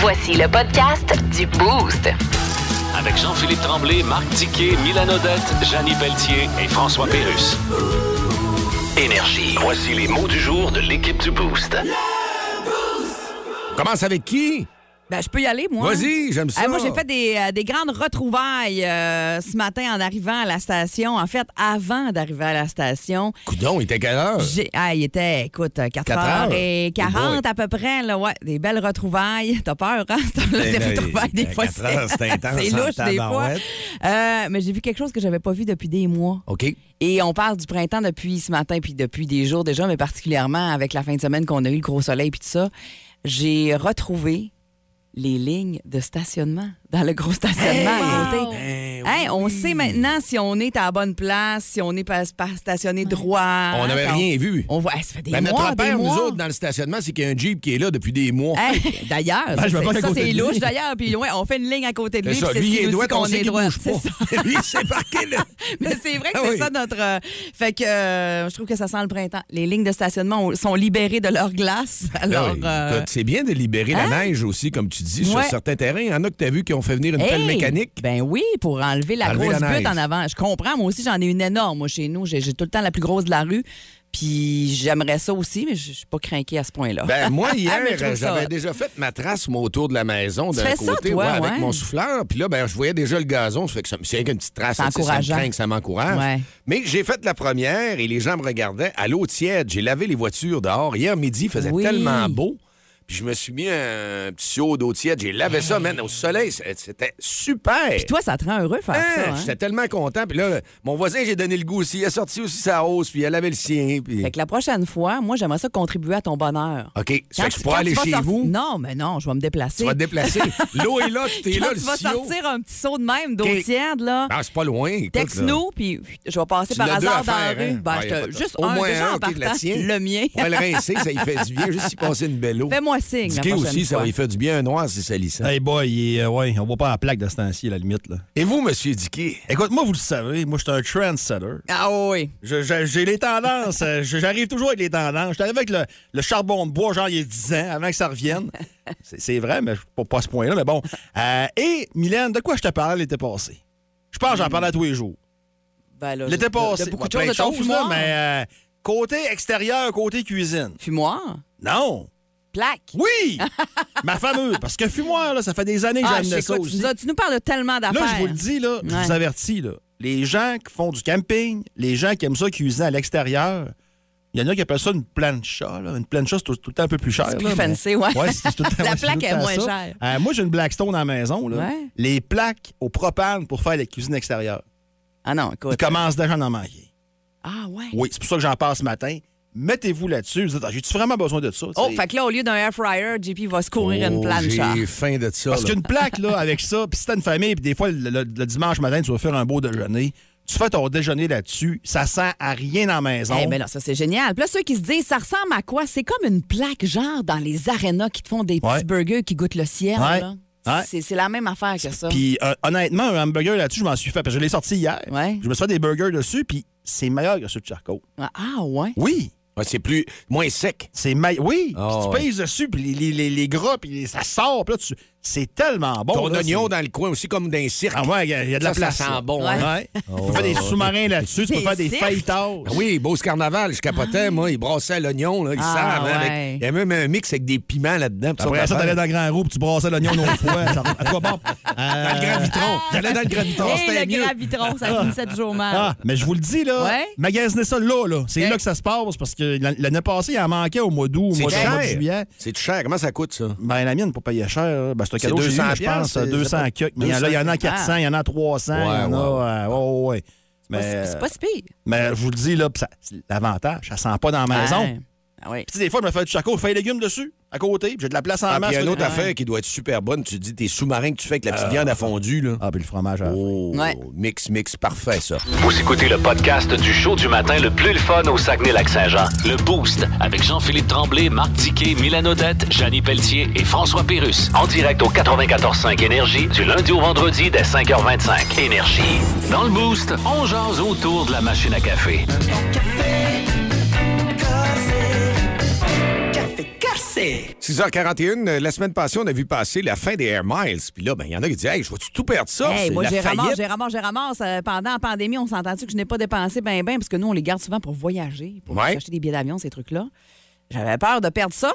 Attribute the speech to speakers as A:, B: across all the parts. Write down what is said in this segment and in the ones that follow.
A: Voici le podcast du Boost.
B: Avec Jean-Philippe Tremblay, Marc Tiquet, Milan Odette, Janine Pelletier et François Pérus. Énergie. Voici les mots du jour de l'équipe du Boost.
C: On Commence avec qui?
D: Ben, je peux y aller, moi.
C: Vas-y, j'aime ça.
D: Ah, moi, j'ai fait des, euh, des grandes retrouvailles euh, ce matin en arrivant à la station. En fait, avant d'arriver à la station,
C: Coudon, il était quelle heure?
D: j'ai... Ah, il était, écoute, 4
C: Quatre
D: h
C: heures.
D: et
C: Oh
D: 40
C: boy.
D: à peu près. Là, ouais, des belles retrouvailles. T'as peur, hein? C'est un- là,
C: Ben
D: des
C: là,
D: retrouvailles, des
C: à
D: fois,
C: quatre heures, c'est intense,
D: c'est
C: en
D: louche, des fois.
C: tabarouette.
D: Euh, mais j'ai vu quelque chose que j'avais pas vu depuis des mois.
C: OK.
D: Et on parle du printemps depuis ce matin, puis depuis des jours déjà, mais particulièrement avec la fin de semaine qu'on a eu le gros soleil, puis tout ça. J'ai retrouvé les lignes de stationnement dans le gros stationnement à côté. Hey, on sait maintenant si on est à la bonne place, si on est pas, pas stationné droit.
C: On n'avait
D: Hein,
C: rien vu.
D: On voit, ça fait des
C: Ben, notre
D: mois, des
C: repère, nous
D: mois.
C: autres, dans le stationnement, c'est qu'il y a un Jeep qui est là depuis des mois.
D: Hey, d'ailleurs,
C: Ben,
D: ça,
E: je me
D: c'est-
E: parque à
D: ça,
E: côté
D: c'est
E: de lui.
D: louche d'ailleurs, puis ouais, on fait une ligne à côté de lui,
C: c'est ça.
D: puis c'est
C: Lui,
D: ce
C: il
D: qui
C: est
D: nous
C: droit,
D: dit
C: on
D: qu'on
C: sait
D: est
C: qu'il
D: droit.
C: bouge
D: C'est ça.
C: pas. Oh. Lui, c'est marqué là.
D: Mais c'est vrai que
C: Ah
D: c'est
C: oui.
D: ça notre. euh, Fait que euh, je trouve que ça sent le printemps. Les lignes de stationnement ont- sont libérées de leur glace. Alors.
C: Ah oui,
D: euh,
C: écoute, c'est bien de libérer
D: hein?
C: la neige aussi, comme tu dis, sur
D: Ouais.
C: certains terrains. Il y en a que tu as vu qui ont fait venir une pelle
D: hey!
C: mécanique.
D: Ben oui, pour enlever la
C: Enlever
D: grosse
C: la
D: butte
C: neige.
D: en avant. Je comprends, moi aussi, j'en ai une énorme. Moi, chez nous, j'ai j'ai tout le temps la plus grosse de la rue. Puis j'aimerais ça aussi, mais je je suis pas craqué à ce point-là.
C: Ben, moi,
D: Ah,
C: hier,
D: mais je trouve ça
C: j'avais
D: hot.
C: déjà fait ma trace, moi, autour de la maison,
D: Tu
C: d'un
D: fais ça,
C: côté,
D: toi,
C: ouais, avec
D: ouais.
C: mon souffleur. Puis là, ben, je voyais déjà le gazon. Ça fait que ça me c'est rien qu'une petite trace.
D: C'est
C: là, tu sais, Ça
D: encourageant.
C: me craint que ça m'encourage.
D: Ouais.
C: Mais j'ai fait la première et les gens me regardaient à l'eau tiède. J'ai lavé les voitures dehors. Hier midi, il faisait
D: Oui.
C: tellement beau. Puis je me suis mis un petit seau d'eau tiède. J'ai lavé ça, man, au soleil. c'est- C'était super.
D: Puis toi, ça te rend heureux de faire
C: Hein,
D: ça. hein?
C: J'étais tellement content. Puis là, mon voisin, j'ai donné le goût aussi. Il a sorti aussi sa hausse, puis il a lavé le sien. Puis...
D: Fait que la prochaine fois, moi, j'aimerais ça contribuer à ton bonheur.
C: OK.
D: Quand
C: Ça fait que je
D: tu-
C: pourrais
D: quand
C: aller
D: tu vas
C: chez
D: sorti-
C: vous.
D: Non, mais non, je vais me déplacer.
C: Tu vas te déplacer. L'eau est là, tu es
D: Quand
C: là, le
D: tu vas
C: tuyau.
D: sortir un petit saut de même d'eau
C: Ok.
D: tiède, là.
C: Ah, c'est pas loin. écoute, là.
D: Texte-nous, puis je vais passer
C: Tu
D: par
C: l'as deux à
D: hasard dans la
C: faire,
D: rue.
C: hein?
D: Ben,
C: Ah,
D: je
C: y a
D: te-
C: pas de-
D: juste
C: Au
D: un,
C: moins
D: déjà
C: un,
D: en
C: ok, de la
D: partant,
C: tienne.
D: le mien.
C: On va le rincer, ça y fait du bien. Juste s'y passer une belle eau.
D: Fais-moi signe
C: Du
D: la
C: quai
D: prochaine
C: aussi, ça
D: fois.
C: lui fait du bien. Un noir, c'est salissant.
E: Hey boy, il est- euh, ouais, on voit pas la plaque de ce temps-ci, à la limite. Là.
C: Et vous, monsieur Diquet?
E: Écoute, moi, vous le savez, moi, je suis un trendsetter.
D: Ah oui.
E: Je- je- J'ai les tendances. euh, je- J'arrive toujours avec les tendances. J'étais arrivé avec le, le charbon de bois, genre, il y a 10 ans, avant que ça revienne. C'est c'est vrai, mais je- pas, pas à ce point-là, mais bon. Euh, et, Mylène, de quoi je te parlais l'été passé? Je pense que
D: Mm.
E: j'en parlais à tous les jours.
D: Ben, là,
E: L'été
D: de-
E: passé.
D: De, beaucoup
E: ouais,
D: de choses
E: plein
D: de ton
E: choses, là,
D: fumoir.
E: mais euh, côté extérieur, côté cuisine.
D: Fumoir,
E: Non!
D: plaque.
E: Oui! Ma fameuse! Parce que fumoir, là, ça fait des années que
D: Ah, je
E: j'amenais
D: sais
E: ça
D: quoi, tu,
E: aussi.
D: nous as- tu nous parles de tellement d'affaires.
E: Là, je vous le dis, là, je vous
D: Ouais.
E: avertis, là, les gens qui font du camping, les gens qui aiment ça cuisiner à l'extérieur, il y en a qui appellent ça une plancha. Là. Une plancha, c'est tout, tout le temps un peu plus cher.
D: C'est
E: là,
D: plus
E: mais-
D: fancy, ouais.
E: Ouais, c'est tout le temps-
D: La
E: ouais, c'est
D: plaque
E: tout le
D: est
E: temps
D: moins
E: ça.
D: chère.
E: Euh, moi, j'ai une Blackstone à la maison. Là.
D: Ouais.
E: Les plaques au propane pour faire la cuisine extérieure.
D: Ah non,
E: Ils
D: écoute.
E: commencent déjà à en manquer.
D: Ah ouais.
E: Oui, c'est pour ça que j'en parle ce matin. Mettez-vous là-dessus. Vous dites, Ah, j'ai-tu vraiment besoin de ça? tu
D: Oh,
E: sais?
D: fait que là, au lieu d'un air fryer, JP va se courir une Ah, eh hein. plancha.
C: Oh, J'ai faim de ça.
E: Parce
C: là.
E: qu'une plaque, là, avec ça, puis si t'as une famille, puis des fois, le, le- le dimanche matin, tu vas faire un beau déjeuner, tu fais ton déjeuner là-dessus, ça sent à rien dans la maison.
D: Eh bien là, ça c'est génial. Puis là, ceux qui se disent, ça ressemble à quoi? C'est comme une plaque, genre dans les arénas qui te font des petits
E: Ouais.
D: burgers qui goûtent le ciel.
E: Ouais.
D: là.
E: Ouais.
D: C'est c'est la même affaire que ça.
E: Puis euh, honnêtement, un hamburger là-dessus, je m'en suis fait, parce que je l'ai sorti hier.
D: Ouais.
E: Je me suis fait des burgers dessus, puis c'est meilleur que ceux de charcot.
D: Ah ouais.
E: Oui!
C: Ouais, c'est plus moins sec.
E: C'est meilleur. Oui!
C: Ah,
E: Puis tu
C: ouais.
E: pèses dessus, puis les, les, les- les gras, puis les- ça sort, puis là, tu- c'est tellement bon.
C: Ton
E: là,
C: oignon
E: c'est-
C: dans le coin aussi, comme d'un cirque.
E: Ah ouais, il y, a- il y a de la
C: Ça, ça
E: place.
C: sent
E: là.
C: bon,
E: Ouais.
C: hein?
E: tu peux faire des sous-marins là-dessus, tu peux
D: Des
E: faire des
D: cirques.
E: feuilletards.
C: Ah Oui, Beauce Carnaval, je capotais, moi. Ils brassaient à l'oignon, là. Ils
D: Ah,
C: savent, hein,
D: ouais.
C: avec- Il y a même un mix avec des piments là-dedans. puis
E: Après
C: sont
E: ça,
C: capables.
E: t'allais dans le grand roue puis tu brassais l'oignon non fois. Ça- À quoi bon?
D: Euh,
C: Dans le grand
D: Ah,
C: vitron. J'allais dans le grand vitron.
D: Hey,
C: C'était
D: le
C: mieux.
D: gravitron, ça finissait toujours mal.
E: Ah, mais je vous le dis, là,
D: Ouais.
E: magasinez ça là, là. C'est
D: Ok.
E: là que ça se passe parce que l'an- l'année passée, il en manquait au mois d'août, au
C: C'est
E: mois de- au mois de
C: cher.
E: juillet.
C: C'est cher. Comment ça coûte, ça?
E: Ben, la mienne, pour payer cher, là, ben, c'est un
C: C'est
E: cadeau que j'ai eu,
C: 200
E: je pense, hein,
C: c'est-
E: 200
C: c'est-
E: quelques. Mais il y en a- il y en a à 400, il y en a à 300, il y en a... euh, ouais, ouais, ouais. Mais,
D: C'est pas- C'est pas si pire.
E: mais je vous le dis, là, pis ça- c'est l'avantage, ça sent pas dans la maison.
D: Ouais. Ah oui.
E: Puis, tu sais, des fois, je me fais du chaco, je fais les légumes dessus, à côté, puis j'ai de la place en
C: Ah,
E: masse.
C: puis il y a une
E: là.
C: autre affaire qui doit être super bonne. Tu dis tes sous-marins que tu fais avec la petite viande à fondue, là.
E: Euh. Ah, puis le fromage à la fin.
C: Oh,
D: Ouais.
C: mix, mix, parfait, ça.
B: Vous écoutez le podcast du show du matin le plus le fun au Saguenay-Lac-Saint-Jean. Le Boost avec Jean-Philippe Tremblay, Marc Tiquet, Milan Odette, Janine Pelletier et François Pérus. En direct au 94.5 Énergie du lundi au vendredi dès 5h25. Énergie. Dans le Boost, on jase autour de la machine à café.
F: café cassé.
C: 6h41, euh, la semaine passée, on a vu passer la fin des Air Miles. Puis là, ben, il y en a qui disent Hey, je vois-tu tout perdre ça?
D: Hey,
C: C'est
D: moi,
C: la
D: j'ai ramasse,
C: faillite.
D: j'ai ramasse, j'ai ramasse. Euh, pendant la pandémie, on s'entend-tu que je n'ai pas dépensé ben ben, parce que nous, on les garde souvent pour voyager, pour
C: Ouais.
D: acheter des billets d'avion, ces trucs-là. J'avais peur de perdre ça.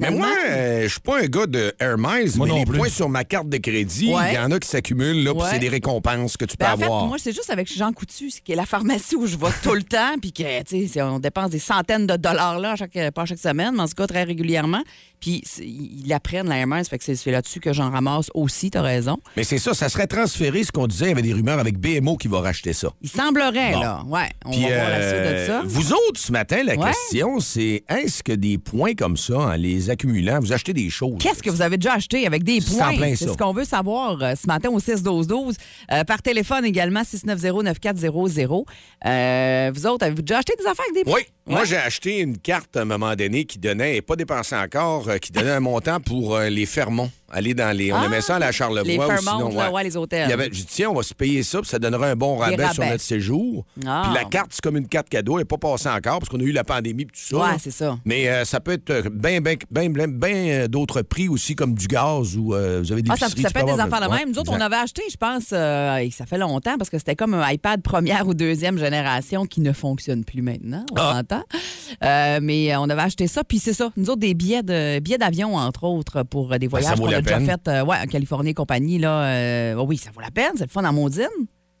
C: Mais moi, euh, je suis pas un gars de Air Miles,
E: Moi
C: mais
E: non
C: les
E: plus.
C: points sur ma carte de crédit, il
D: Ouais.
C: y en a qui s'accumulent, là, puis
D: Ouais.
C: c'est des récompenses que tu peux
D: Ben, en fait,
C: avoir.
D: moi, c'est juste avec Jean Coutu, c'est qui est la pharmacie où je vais tout le temps, puis que, tu sais, c'est- on dépense des centaines de dollars là, à chaque, euh, pas à chaque semaine, mais en tout cas très régulièrement. Puis c'est- ils ils apprennent la MS, fait que c'est c'est là-dessus que j'en ramasse aussi, t'as raison.
C: Mais c'est ça, ça serait transféré, ce qu'on disait, il y avait des rumeurs avec BMO qui va racheter ça.
D: Il semblerait,
C: Bon.
D: là. Ouais, on
C: Puis,
D: va voir la suite de
C: euh,
D: ça.
C: vous autres, ce matin, la
D: Ouais.
C: question, c'est est-ce que des points comme ça, en les accumulant, vous achetez des choses?
D: Qu'est-ce que vous avez déjà acheté avec des
C: C'est
D: points?
C: en plein
D: C'est
C: ça.
D: ce qu'on veut savoir euh, ce matin au 6-12-12. Euh, par téléphone également, 690-9400. Euh, vous autres, avez-vous déjà acheté des affaires avec des points?
C: Oui. Moi, j'ai acheté une carte à un moment donné qui donnait, et pas dépensée encore, euh, qui donnait un montant pour euh, les Fermont. Aller dans les. On
D: Ah,
C: aimait ça à la Charlevoix
D: les
C: ou
D: Fairmont,
C: sinon,
D: là, ouais, les hôtels.
C: Il y avait- J'ai dit, tiens, on va se payer ça, puis ça donnerait un bon rabais, sur
D: rabais.
C: notre séjour.
D: Ah.
C: Puis la carte, c'est comme une carte cadeau, elle n'est pas passée encore parce qu'on a eu la pandémie et tout ça.
D: Ouais,
C: là.
D: c'est ça.
C: Mais euh, ça peut être bien, bien, bien, d'autres prix aussi, comme du gaz ou euh, vous avez des
D: Ah, ça,
C: épiceries,
D: ça
C: tu
D: peut
C: peux
D: être des
C: avoir-
D: affaires de
C: Ouais,
D: même. Nous autres, on
C: exact.
D: avait acheté, je pense, euh, et ça fait longtemps, parce que c'était comme un iPad première ou deuxième génération qui ne fonctionne plus maintenant, on
C: Ah.
D: s'entend. Euh, mais euh, on avait acheté ça, puis c'est ça. Nous autres, des billets de billets d'avion, entre autres, pour euh, des voyages
C: Ben, ça vaut
D: qu'on
C: la
D: a déjà
C: peine.
D: fait euh, ouais, en Californie et compagnie. Là, euh, oui, ça vaut la peine, c'est le fun en maudine.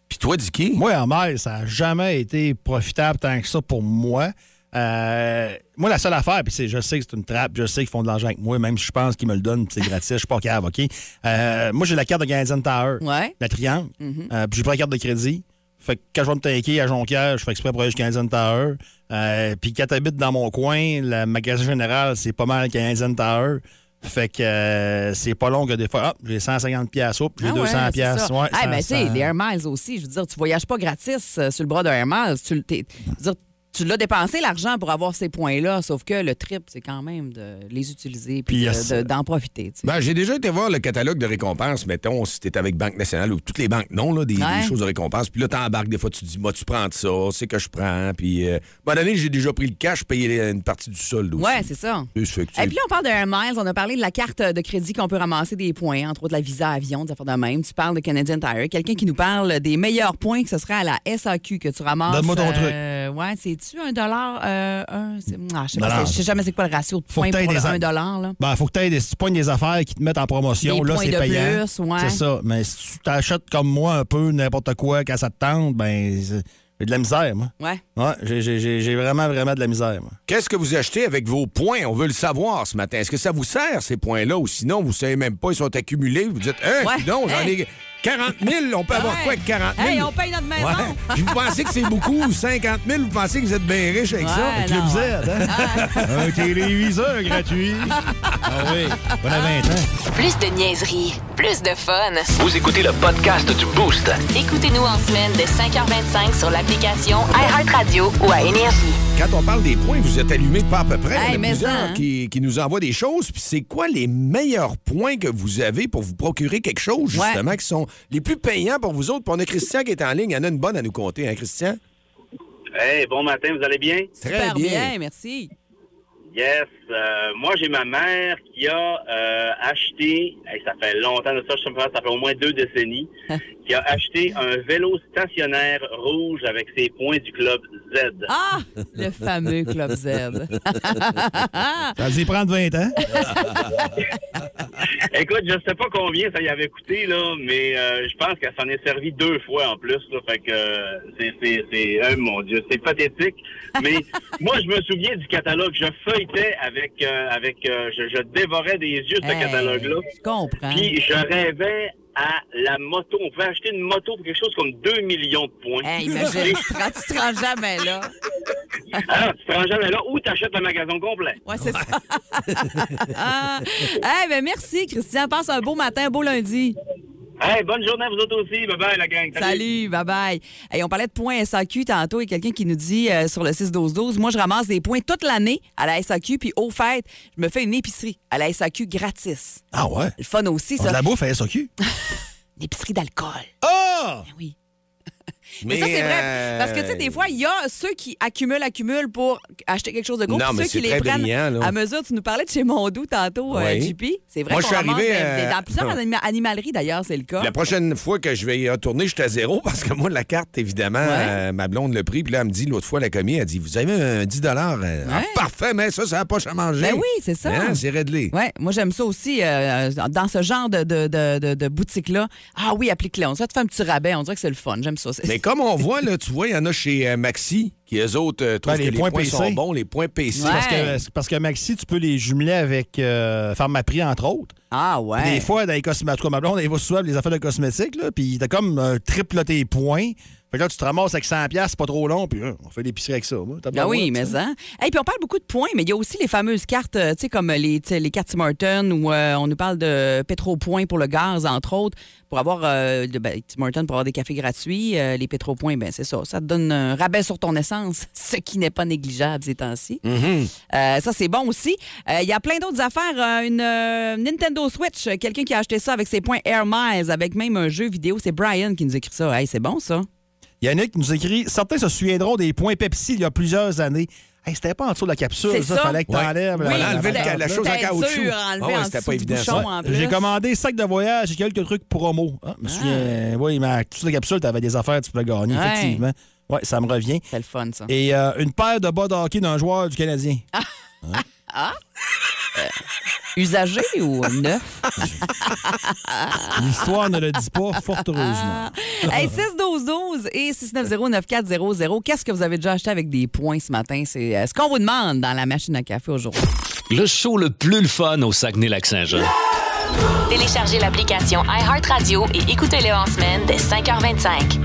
C: Puis toi, Dicky?
E: Moi, en mer, ça n'a jamais été profitable tant que ça pour moi. Euh, moi, la seule affaire, puis c'est, je sais que c'est une trappe, je sais qu'ils font de l'argent avec moi, même si je pense qu'ils me le donnent, c'est gratis, je suis pas cave, OK? Euh, moi, j'ai la carte de Canadian Tower,
D: Ouais.
E: la triangle,
D: Mm-hmm.
E: euh, puis j'ai pas la carte de crédit. Fait que quand je vais me tanker à Jonquière, je fais exprès pour aller jusqu'à Canadian Tower. Euh, puis quand t'habites dans mon coin, le magasin général, c'est pas mal Canadian Tower. Fait que euh, c'est pas long que des fois, hop, j'ai 150 piastres, hop, j'ai
D: Ah ouais,
E: 200
D: c'est
E: piastres.
D: ça.
E: ouais,
D: Ah, ben, tu
E: 100.
D: sais, les Air Miles aussi. Je veux dire, tu voyages pas gratis euh, sur le bras d'un Air Miles. Tu, le- t'es- je veux dire, tu l'as dépensé, l'argent, pour avoir ces points-là. Sauf que le trip, c'est quand même de les utiliser
E: Puis,
D: puis de-
E: yes.
D: de- d'en profiter. tu sais.
C: Ben, j'ai déjà été voir le catalogue de récompenses, mettons, si t'es avec Banque Nationale ou toutes les banques non, là, des, des
D: Ouais.
C: choses de récompenses. Puis là, t'embarques, des fois, tu te dis, moi, tu prends de ça, c'est que je prends. Puis, euh, à un moment donné, j'ai déjà pris le cash, payé une partie du solde aussi.
D: Ouais, c'est ça.
C: Et ça fait que tu-
D: Et puis là, on parle de Air Miles. On a parlé de la carte de crédit qu'on peut ramasser des points, entre autres la Visa Avion, des affaires de même. Tu parles de Canadian Tire. Quelqu'un qui nous parle des meilleurs points que ce serait à la SAQ que tu ramasses.
E: Donne-moi ton
D: truc. Ouais, c'est-tu un dollar? euh, un, c'est- ah, je sais
E: Non,
D: pas,
E: non.
D: je sais jamais c'est quoi le ratio de
E: Faut
D: points
E: que t'aies
D: pour le
E: des en-
D: 1 dollar. Là.
E: Ben, faut que tu aies des petits points des affaires qui te mettent en promotion.
D: Des
E: là,
D: points
E: c'est
D: de
E: payant.
D: plus, ouais.
E: C'est ça. Mais si tu t'achètes comme moi un peu n'importe quoi quand ça te tente, ben, c'est- j'ai de la misère, moi.
D: Ouais.
E: Ouais, j'ai- j'ai- j'ai j'ai vraiment, vraiment de la misère, moi.
C: Qu'est-ce que vous achetez avec vos points? On veut le savoir ce matin. Est-ce que ça vous sert, ces points-là? Ou sinon, vous savez même pas, ils sont accumulés. Vous dites, hein,
D: Ouais.
C: non, j'en ai 40 000. On peut avoir
D: Ouais.
C: quoi avec 40 000?
D: Hey, on paye notre maison.
C: Ouais. Puis vous pensez que c'est beaucoup ou 50 000? Vous pensez que vous êtes bien riche avec ça?
D: Ouais,
E: Club
D: non,
E: Z,
D: ouais.
E: hein? Un téléviseur gratuit. Ah oui, on a 20 ans.
A: Plus de niaiserie, plus de fun.
B: Vous écoutez le podcast du Boost.
A: Écoutez-nous en semaine de 5h25 sur l'application iHeartRadio ou à Énergie.
C: Quand on parle des points, vous êtes allumés de pas à peu près.
D: Hey,
C: Il y en a
D: mais
C: plusieurs
D: ça, hein.
C: qui, qui nous envoient des choses. Puis c'est quoi les meilleurs points que vous avez pour vous procurer quelque chose,
D: Ouais.
C: justement, qui sont les plus payants pour vous autres? Puis on a Christian qui est en ligne. Il y en a une bonne à nous compter, hein, Christian?
F: Hey, bon matin, vous allez bien?
D: Super bien, merci.
F: Yes. euh, moi, j'ai ma mère qui a euh, acheté, hey, ça fait longtemps de ça, je sais pas, ça fait au moins deux décennies, qui a acheté un vélo stationnaire rouge avec ses points du club Z.
D: Ah, le fameux Club Z.
E: Ça dit prendre 20 ans.
F: Écoute, je sais pas combien ça y avait coûté, là, mais euh, je pense qu'elle s'en est servie deux fois en plus. Là, fait que euh, c'est, c'est, c'est euh, mon Dieu, c'est pathétique. Mais moi, je me souviens du catalogue. Je feuilletais avec, euh, avec, euh, je, je dévorais des yeux ce
D: Hey, ben.
F: catalogue-là.
D: Je comprends.
F: Puis je rêvais à la moto. On pouvait acheter une moto pour quelque chose comme 2 millions de points.
D: Hey, Ben, imagine, tu te rends- tu te rends jamais là.
F: Alors, tu te rends jamais là ou t'achètes le magasin complet.
D: Ouais, c'est ça. Ah. hey, ben merci, Christian. Passe un beau matin, un beau lundi.
F: Hey, bonne journée à vous autres aussi. Bye bye, la gang.
D: Salut, bye-bye. Hey, on parlait de points SAQ tantôt et quelqu'un qui nous dit euh, sur le 6-12-12, moi, je ramasse des points toute l'année à la SAQ, puis au fait, je me fais une épicerie à la SAQ gratis.
E: Ah ouais?
D: Le fun aussi,
E: On a de
D: ça.
E: la bouffe à SOQ.
D: Une épicerie d'alcool.
E: Ah!
D: Ben oui. Mais, ça, c'est vrai. Parce que, tu sais,
C: euh,
D: des fois, il y a ceux qui accumulent, accumulent pour acheter quelque chose de gros,
C: Non,
D: puis
C: mais
D: ceux qui
C: c'est
D: les
C: très
D: prennent
C: brillant, là.
D: à mesure. Tu nous parlais de chez Mondou tantôt, euh,
C: Oui.
D: JP. C'est vrai
C: Moi,
D: qu'on
C: je suis
D: ramasse
C: arrivé,
D: des- des-
C: euh,
D: dans plusieurs anima- animaleries, d'ailleurs, c'est le cas.
C: La prochaine fois que je vais y retourner, je suis à zéro parce que moi, la carte, évidemment, euh, ma blonde le prix. Puis là, elle me dit, l'autre fois, la commis, elle dit Vous avez un 10 euh, ah,
D: Ouais.
C: Parfait, mais ça, ça n'a pas à manger.
D: Ben oui, c'est ça.
C: Hein, c'est réglé.
D: Ouais, moi j'aime ça aussi euh, dans ce genre de, de, de, de- de boutique-là. Ah oui, applique-le. On dirait que tu fais un petit rabais. On dirait que c'est le fun. J'aime ça. C'est-
C: Mais comme on voit, là, tu vois, il y en a chez euh, Maxi qui, eux autres, euh, trouvent
E: Ben, les
C: que les
E: points
C: points,
E: PC.
C: sont bons, les points PC.
D: Ouais.
E: Parce, que, euh, c'est parce que Maxi, tu peux les jumeler avec euh, Pharmaprix, entre autres.
D: Ah
E: Puis
D: ouais.
E: Des fois, dans les cosmétiques, en tout cas, ma blonde, elle va souvent pour les affaires de cosmétiques, là, puis t'as comme un triple de tes points. Fait que là, tu te ramasses avec 100$, piastres, c'est pas trop long, puis hein, on fait l'épicerie avec ça. moi. T'as
D: Ah
E: pas
D: oui,
E: le droit,
D: mais
E: tu sais.
D: ça. Et puis on parle beaucoup de points, mais il y a aussi les fameuses cartes, euh, tu sais, comme les, tu sais, les cartes Tim Hortons où euh, on nous parle de pétropoints pour le gaz, entre autres, pour avoir euh, de- ben, Tim Hortons pour avoir des cafés gratuits. euh, les pétropoints, ben c'est ça. Ça te donne un rabais sur ton essence, ce qui n'est pas négligeable ces temps-ci. Euh, ça, c'est bon aussi. Euh, Il y a plein d'autres affaires. Euh, une euh, Nintendo Switch, euh, quelqu'un qui a acheté ça avec ses points Air Miles, avec même un jeu vidéo. C'est Brian qui nous écrit ça. Hey, c'est bon, ça.
E: Yannick nous écrit Certains se souviendront des points Pepsi il y a plusieurs années. Hey, c'était pas en dessous de la capsule,
D: C'est
E: ça.
D: ça.
E: Fallait que t'enlèves.
D: Oui,
E: la-
C: Voilà,
E: la-
C: enlever le
E: la-
C: ca- la
E: la-
C: chose en
D: C'était dur,
C: caoutchouc.
D: enlever
C: Ah
D: en
C: ouais, c'était
D: dessous
C: pas
D: du
C: évident,
D: bouchon,
C: ça.
D: en plus.
E: J'ai commandé sac de voyage et quelques trucs promo. Ah, je me souviens, oui, mais en dessous de la capsule, t'avais des affaires, tu pouvais gagner,
D: Ouais.
E: effectivement. Oui, ça me revient.
D: C'est le fun, ça. Ah.
E: Et euh, une paire de bas de hockey d'un joueur du Canadien.
D: Euh, Usagé ou neuf?
E: L'histoire ne le dit pas, fort heureusement.
D: hey, 6-12-12 et 690-9400. Qu'est-ce que vous avez déjà acheté avec des points ce matin? C'est euh, ce qu'on vous demande dans la machine à café aujourd'hui.
B: Le show le plus le fun au Saguenay-Lac-Saint-Jean.
A: Téléchargez l'application iHeartRadio et écoutez-le en semaine dès 5h25.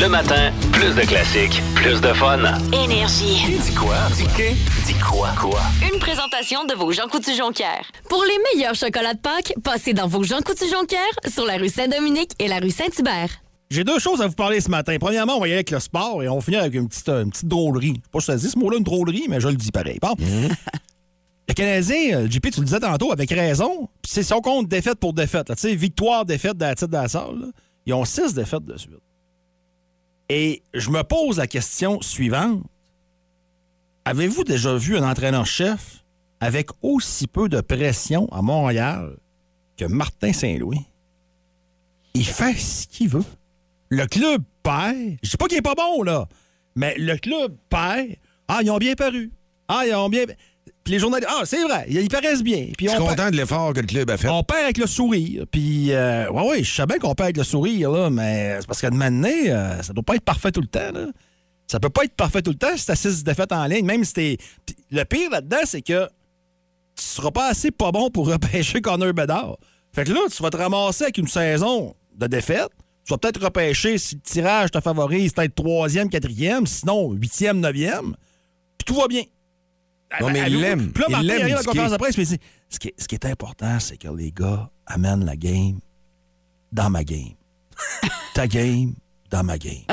B: Le matin, plus de classiques, plus de fun.
A: Énergie.
B: Dis quoi? Dis qué? Dis quoi? Quoi?
A: Une présentation de vos Jean Coutu Jonquière. Pour les meilleurs chocolats de Pâques, passez dans vos Jean Coutu Jonquière sur la rue Saint-Dominique et la rue Saint-Hubert.
E: J'ai deux choses à vous parler ce matin. Premièrement, on va y aller avec le sport et on finit avec une petite, euh, une petite drôlerie. Je sais pas si ça se dit ce mot-là, une drôlerie, mais je le dis pareil. Bon. Le Canadien, euh, JP, tu le disais tantôt, avec raison, puis c'est son compte défaite pour défaite. là. Tu sais, victoire, défaite de la titre de la salle. là. Ils ont six défaites de suite. Et je me pose la question suivante. Avez-vous déjà vu un entraîneur-chef avec aussi peu de pression à Montréal que Martin Saint-Louis? Il fait ce qu'il veut. Le club perd. Je dis pas qu'il est pas bon, là. Mais le club perd. Ah, ils ont bien paru. Ah, ils ont bien. Puis les journalistes. Ah, c'est vrai. Ils paraissent bien. Puis
C: Je suis
E: on
C: content de l'effort que le club a fait.
E: on perd avec le sourire. Puis, euh, ouais, ouais, je sais bien qu'on perd avec le sourire, là, mais c'est parce qu'à demain, euh, ça doit pas être parfait tout le temps, là. Ça peut pas être parfait tout le temps si t'as six défaites en ligne, même si t'es. Puis le pire là-dedans, c'est que tu seras pas assez pas bon pour repêcher Connor Bedard. Fait que là, tu vas te ramasser avec une saison de défaites. Tu vas peut-être repêcher si le tirage te favorise, peut-être troisième, quatrième, sinon huitième, neuvième. Puis tout va bien.
C: Non, mais il
E: Avez-vous-
C: l'aime.
E: Puis là,
C: Il
E: Martin, il
C: l'aime,
E: arrive à la
C: Dicky.
E: conférence de presse, puis il dit ce qui, est- ce qui est important, c'est que les gars amènent la game dans ma game. Ta game dans ma game.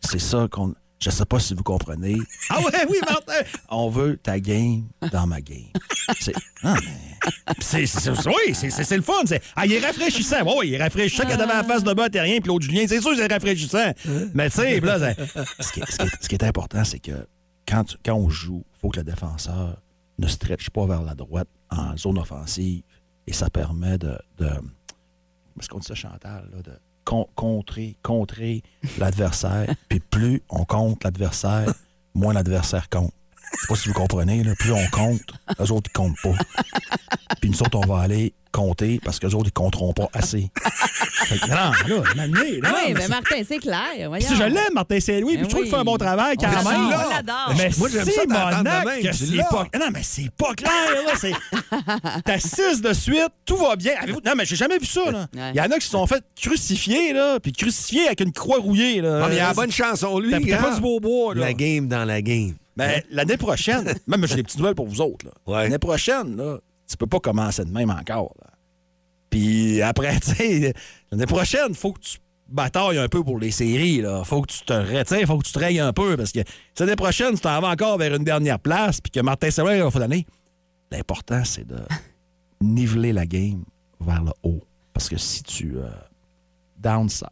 E: C'est ça qu'on. Je sais pas si vous comprenez. Ah ouais, oui, Martin! On veut ta game dans ma game. C'est. Ah, mais- c'est- c'est- oui, c'est- c'est c'est le fun. c'est- Ah, il est rafraîchissant. Oui, il est rafraîchissant quand t'avais la face de bas terrien puis l'autre Julien. C'est sûr que c'est rafraîchissant. Mais tu sais, puis là, c'est- ce qui, est- ce qui est- ce qui est important, c'est que quand, tu- quand on joue, il faut que le défenseur ne stretch pas vers la droite en zone offensive. Et ça permet de- de parce qu'on dit ça, Chantal, là, de con- contrer, contrer l'adversaire. Puis plus on compte l'adversaire, moins l'adversaire compte. Je sais pas si vous comprenez, là, plus on compte, eux autres, ils comptent pas. Puis nous autres, on va aller compter parce qu'eux autres, ils compteront pas assez. Fait que, non, là, m'amener, non,
D: Ah oui,
E: mais
D: mais
E: c'est-
D: Martin, c'est clair.
E: Puis si je l'aime, Martin Saint-Louis, puis
D: Ben
E: je trouve
D: oui.
E: qu'il fait un bon travail quand
D: On
E: même.
D: l'adore, on l'adore.
E: Mais
C: Moi, j'aime ça t'entendre de
E: Simonac,
C: même,
E: que
C: tu
E: c'est
C: l'as.
E: pas... Non, mais c'est pas clair, là. c'est- T'as six de suite, tout va bien. Avez-vous- Non, mais j'ai jamais vu ça, là. Il
D: Ouais.
E: y en a qui se sont fait crucifier, là, puis crucifier avec une croix rouillée, là. Euh,
C: Ah, mais il a la bonne chanson, lui.
E: T'as t'as pas
C: regarde.
E: du beau bois, là.
C: La game dans la game.
E: Mais l'année prochaine, même j'ai des petites nouvelles pour vous autres. là.
C: Ouais.
E: L'année prochaine, là, tu peux pas commencer de même encore. là. Puis après, tu sais, l'année prochaine, faut que tu batailles un peu pour les séries. Là. Faut que tu te retiens, faut que tu te rayes un peu. Parce que si l'année prochaine, tu t'en vas encore vers une dernière place, puis que Martin Saint-Louis va donner. L'important, c'est de niveler la game vers le haut. Parce que si tu euh, down ça,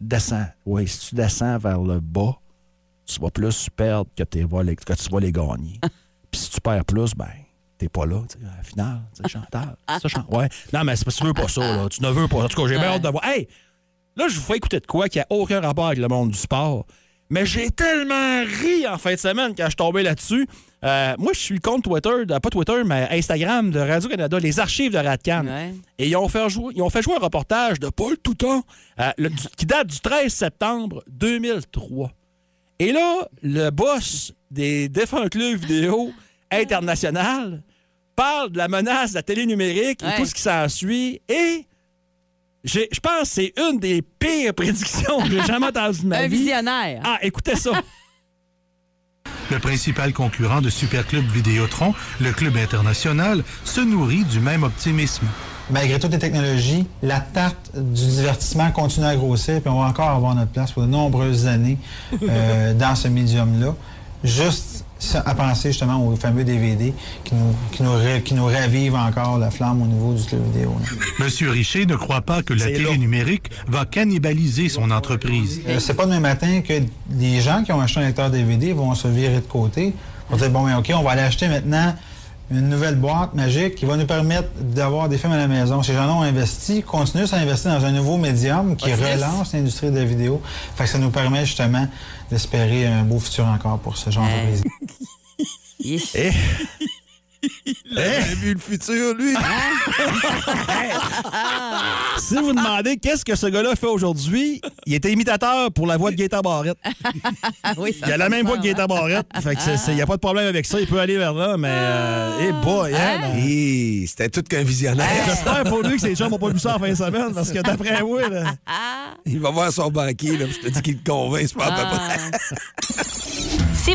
E: descends. Oui, si tu descends vers le bas, tu vas plus perdre que, t'es vas les- que tu vas les gagner. Puis si tu perds plus, ben, t'es pas là, tu sais, à la finale, tu sais, Chantal. Ça, Chan- ouais. Non, mais c'est parce que tu veux pas ça, là. Tu ne veux pas. En tout cas, j'ai bien hâte de voir. Hey! Là, je vous fais écouter de quoi qui a aucun rapport avec le monde du sport. Mais j'ai tellement ri en fin de semaine quand je suis tombé là-dessus. Euh, moi, je suis le compte Twitter, de- pas Twitter, mais Instagram de Radio-Canada, les archives de Radcan.
D: Ouais.
E: Et ils ont, fait jouer, ils ont fait jouer un reportage de Paul Touton euh, le- du- qui date du 13 septembre 2003. Et là, le boss des défunts clubs vidéo international parle de la menace de la télé numérique
D: Ouais.
E: et tout ce qui s'ensuit. Et j'ai- je pense que c'est une des pires prédictions que j'ai jamais entendues de ma
D: Un
E: vie.
D: visionnaire.
E: Ah, écoutez ça.
G: Le principal concurrent de Superclub Vidéotron, le Club international, se nourrit du même optimisme.
H: Malgré toutes les technologies, la tarte du divertissement continue à grossir, puis on va encore avoir notre place pour de nombreuses années euh, dans ce médium-là. Juste ça- à penser justement au fameux DVD qui nous, qui nous, ra- qui nous ravive encore la flamme au niveau du club vidéo. là.
G: Monsieur Richer ne croit pas que la
E: C'est
G: télé
E: long.
G: numérique va cannibaliser son entreprise.
H: Euh, c'est pas demain matin que les gens qui ont acheté un lecteur DVD vont se virer de côté. On dire, bon, mais OK, on va aller acheter maintenant une nouvelle boîte magique qui va nous permettre d'avoir des films à la maison. Ces gens-là ont investi, continuent à investir dans un nouveau médium qui relance l'industrie de la vidéo. Fait que ça nous permet justement d'espérer un beau futur encore pour ce genre d'entreprise.
D: Yes.
C: Eh.
E: Il a vu le futur, lui.
D: Ah.
E: si vous demandez qu'est-ce que ce gars-là fait aujourd'hui, il était imitateur pour la voix de Gaëtan Barrette.
D: Ah oui, ça hein.
E: Il a la
D: se
E: même voix
D: sent,
E: que Gaëtan Barrette. Fait que c'est- c'est- il n'y a pas de problème avec ça. Il peut aller vers là, mais... Euh, eh boy, hein,
D: Ah.
E: ben,
C: Hey, C'était tout qu'un visionnaire.
E: J'espère pour lui que ces gens n'ont pas vu ça en fin de semaine, parce que d'après moi, là...
A: Ah.
C: Il va voir son banquier, là, puis je te dis qu'il te convainc, c'est pas à peu près.
D: Ah.
I: Si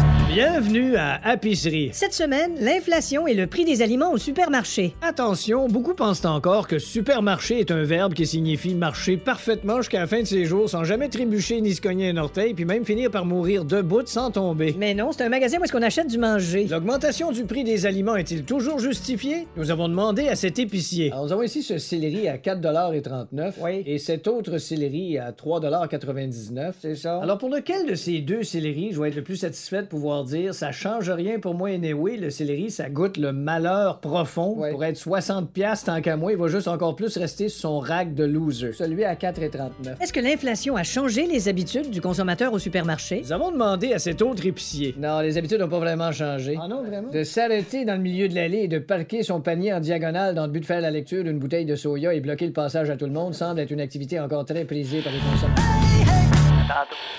J: Bienvenue à Apicerie.
K: Cette semaine, l'inflation et le prix des aliments au supermarché.
J: Attention, beaucoup pensent encore que supermarché est un verbe qui signifie marcher parfaitement jusqu'à la fin de ses jours sans jamais trébucher ni se cogner un orteil, puis même finir par mourir debout sans tomber.
K: Mais non, c'est un magasin où est-ce qu'on achète du manger.
J: L'augmentation du prix des aliments est-il toujours justifiée? Nous avons demandé à cet épicier. nous avons ici ce céleri à 4,39
K: Oui.
J: et cet autre céleri à 3,99
K: C'est ça.
J: Alors pour lequel de ces deux céleri je vais être le plus satisfait de pouvoir dire ça change rien pour moi anyway, le céleri ça goûte le malheur profond.
K: Ouais.
J: Pour être 60 pièces tant qu'à moi, il va juste encore plus rester sur son rack de loser. Celui à 4,39.
K: Est-ce que l'inflation a changé les habitudes du consommateur au supermarché?
J: Nous avons demandé à cet autre épicier. Non, les habitudes n'ont pas vraiment changé. Ah non, vraiment? De s'arrêter dans le milieu de l'allée et de parquer son panier en diagonale dans le but de faire la lecture d'une bouteille de soya et bloquer le passage à tout le monde semble être une activité encore très prisée par les consommateurs.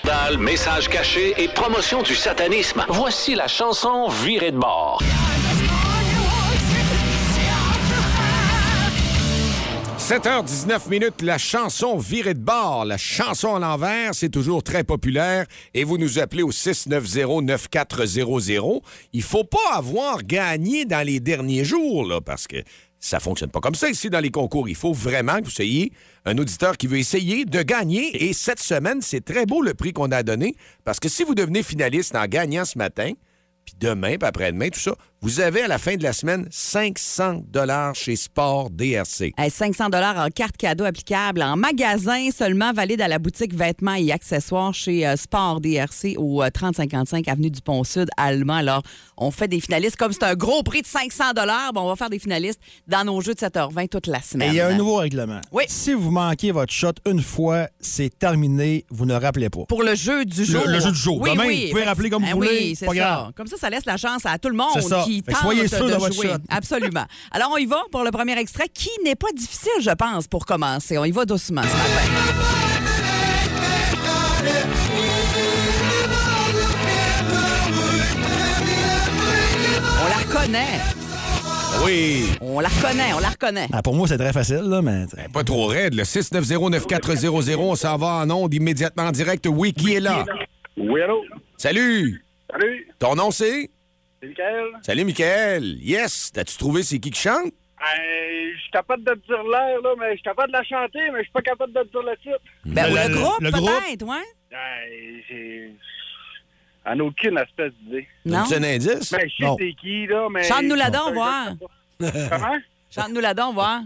B: Dal, message caché et promotion du satanisme. Voici la chanson Virée de bord.
C: 7h19 minutes, la chanson virée de bord, la chanson à l'envers, c'est toujours très populaire et vous nous appelez au 690-9400. Il faut pas avoir gagné dans les derniers jours là parce que ça fonctionne pas comme ça ici dans les concours. Il faut vraiment que vous soyez un auditeur qui veut essayer de gagner et cette semaine, c'est très beau le prix qu'on a donné parce que si vous devenez finaliste en gagnant ce matin, puis demain, puis après-demain, tout ça, vous avez à la fin de la semaine 500 dollars chez Sport DRC.
D: Hey, 500 dollars en carte cadeau applicable en magasin seulement valide à la boutique vêtements et accessoires chez euh, Sport DRC au euh, 3055 avenue du Pont Sud allemand. Alors, on fait des finalistes comme c'est un gros prix de 500 dollars, on va faire des finalistes dans nos jeux de 7h20 toute la
E: Et
D: semaine.
E: il y a un nouveau règlement.
D: Oui.
E: Si vous manquez votre shot une fois, c'est terminé. Vous ne rappelez pas.
D: pour le jeu du jour.
E: le jeu du jour.
D: Oui,
E: Demain,
D: oui.
E: vous pouvez rappeler comme vous
D: Ben
E: voulez,
D: oui, c'est
E: pas
D: ça.
E: grave.
D: Comme ça, ça laisse la chance à tout le monde
E: C'est ça.
D: qui
E: Fait que
D: tente
E: soyez sûr de
D: de
E: votre
D: jouer.
E: shot.
D: Absolument. Alors, on y va pour le premier extrait qui n'est pas difficile, je pense, pour commencer. On y va doucement ce matin. On la reconnaît.
C: Oui. Ben,
D: On la reconnaît, on la reconnaît.
E: Ah, pour moi, c'est très facile, là, mais.
C: Pas trop raide, le 690-9400, on s'en va en onde immédiatement en direct. Oui, qui est là?
F: Oui, allô?
C: Salut!
F: Salut,
C: Ton nom c'est?
F: c'est Michael.
C: Salut, Michael! Yes! T'as-tu trouvé c'est qui qui chante?
L: Ben, je suis capable de te dire l'air, là, mais je suis capable de la chanter, mais je suis pas capable de te dire le titre.
D: Ben, ou le groupe, peut-être, ouais?
L: Ben, j'ai. En aucune espèce d'idée.
D: Non? Donnes-tu un indice?
L: Ben, je sais
D: Non.
L: c'est qui, là, mais.
D: Chante-nous la don, voir.
L: Comment?
D: Chante-nous la don, voir.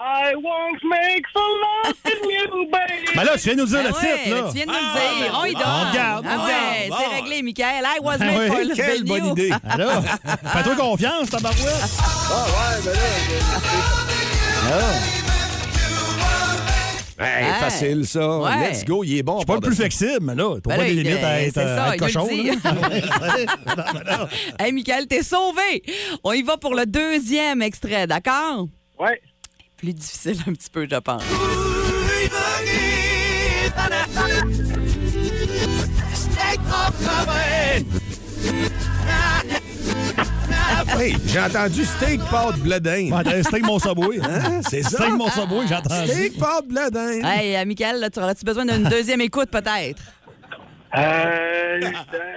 L: I won't make so long with you, baby.
E: Ben là, tu viens de nous dire
D: Ah
E: le
D: ouais,
E: titre, là.
D: Tu viens de nous
E: Ah,
D: le dire.
E: ben,
D: on y
E: on
D: donne.
E: regarde,
D: Ah
E: on
D: ouais,
E: regarde.
D: c'est
E: Bon.
D: réglé, Michael. I was
E: Ah
D: made
E: oui,
D: for love.
E: quelle bonne
D: you.
E: idée. Alors, fais-toi confiance, tabarouette.
L: Ah, ouais, ben là.
C: Ah. Hey,
E: Ouais.
C: facile, ça.
E: Ouais.
C: Let's go, il est bon.
E: Je suis pas le plus flexible, mais là, t'as
D: Ben
E: pas
D: là,
E: des
D: il-
E: limites à
D: euh,
E: être,
D: c'est
E: euh,
D: ça,
E: à être cochon.
D: il
E: là.
D: le dit. hey, Michael, t'es sauvé. On y va pour le deuxième extrait, d'accord?
L: Oui.
D: Plus difficile un petit peu, je pense.
C: Hey, j'ai entendu steak pâte bledin. Hein?
E: attends, Ah, steak mon saboué.
C: C'est ça.
E: Steak mon saboué, j'ai entendu.
C: Steak pâte bledin.
D: Hey, euh, Michael, là, tu auras-tu besoin d'une deuxième écoute, peut-être?
L: Euh,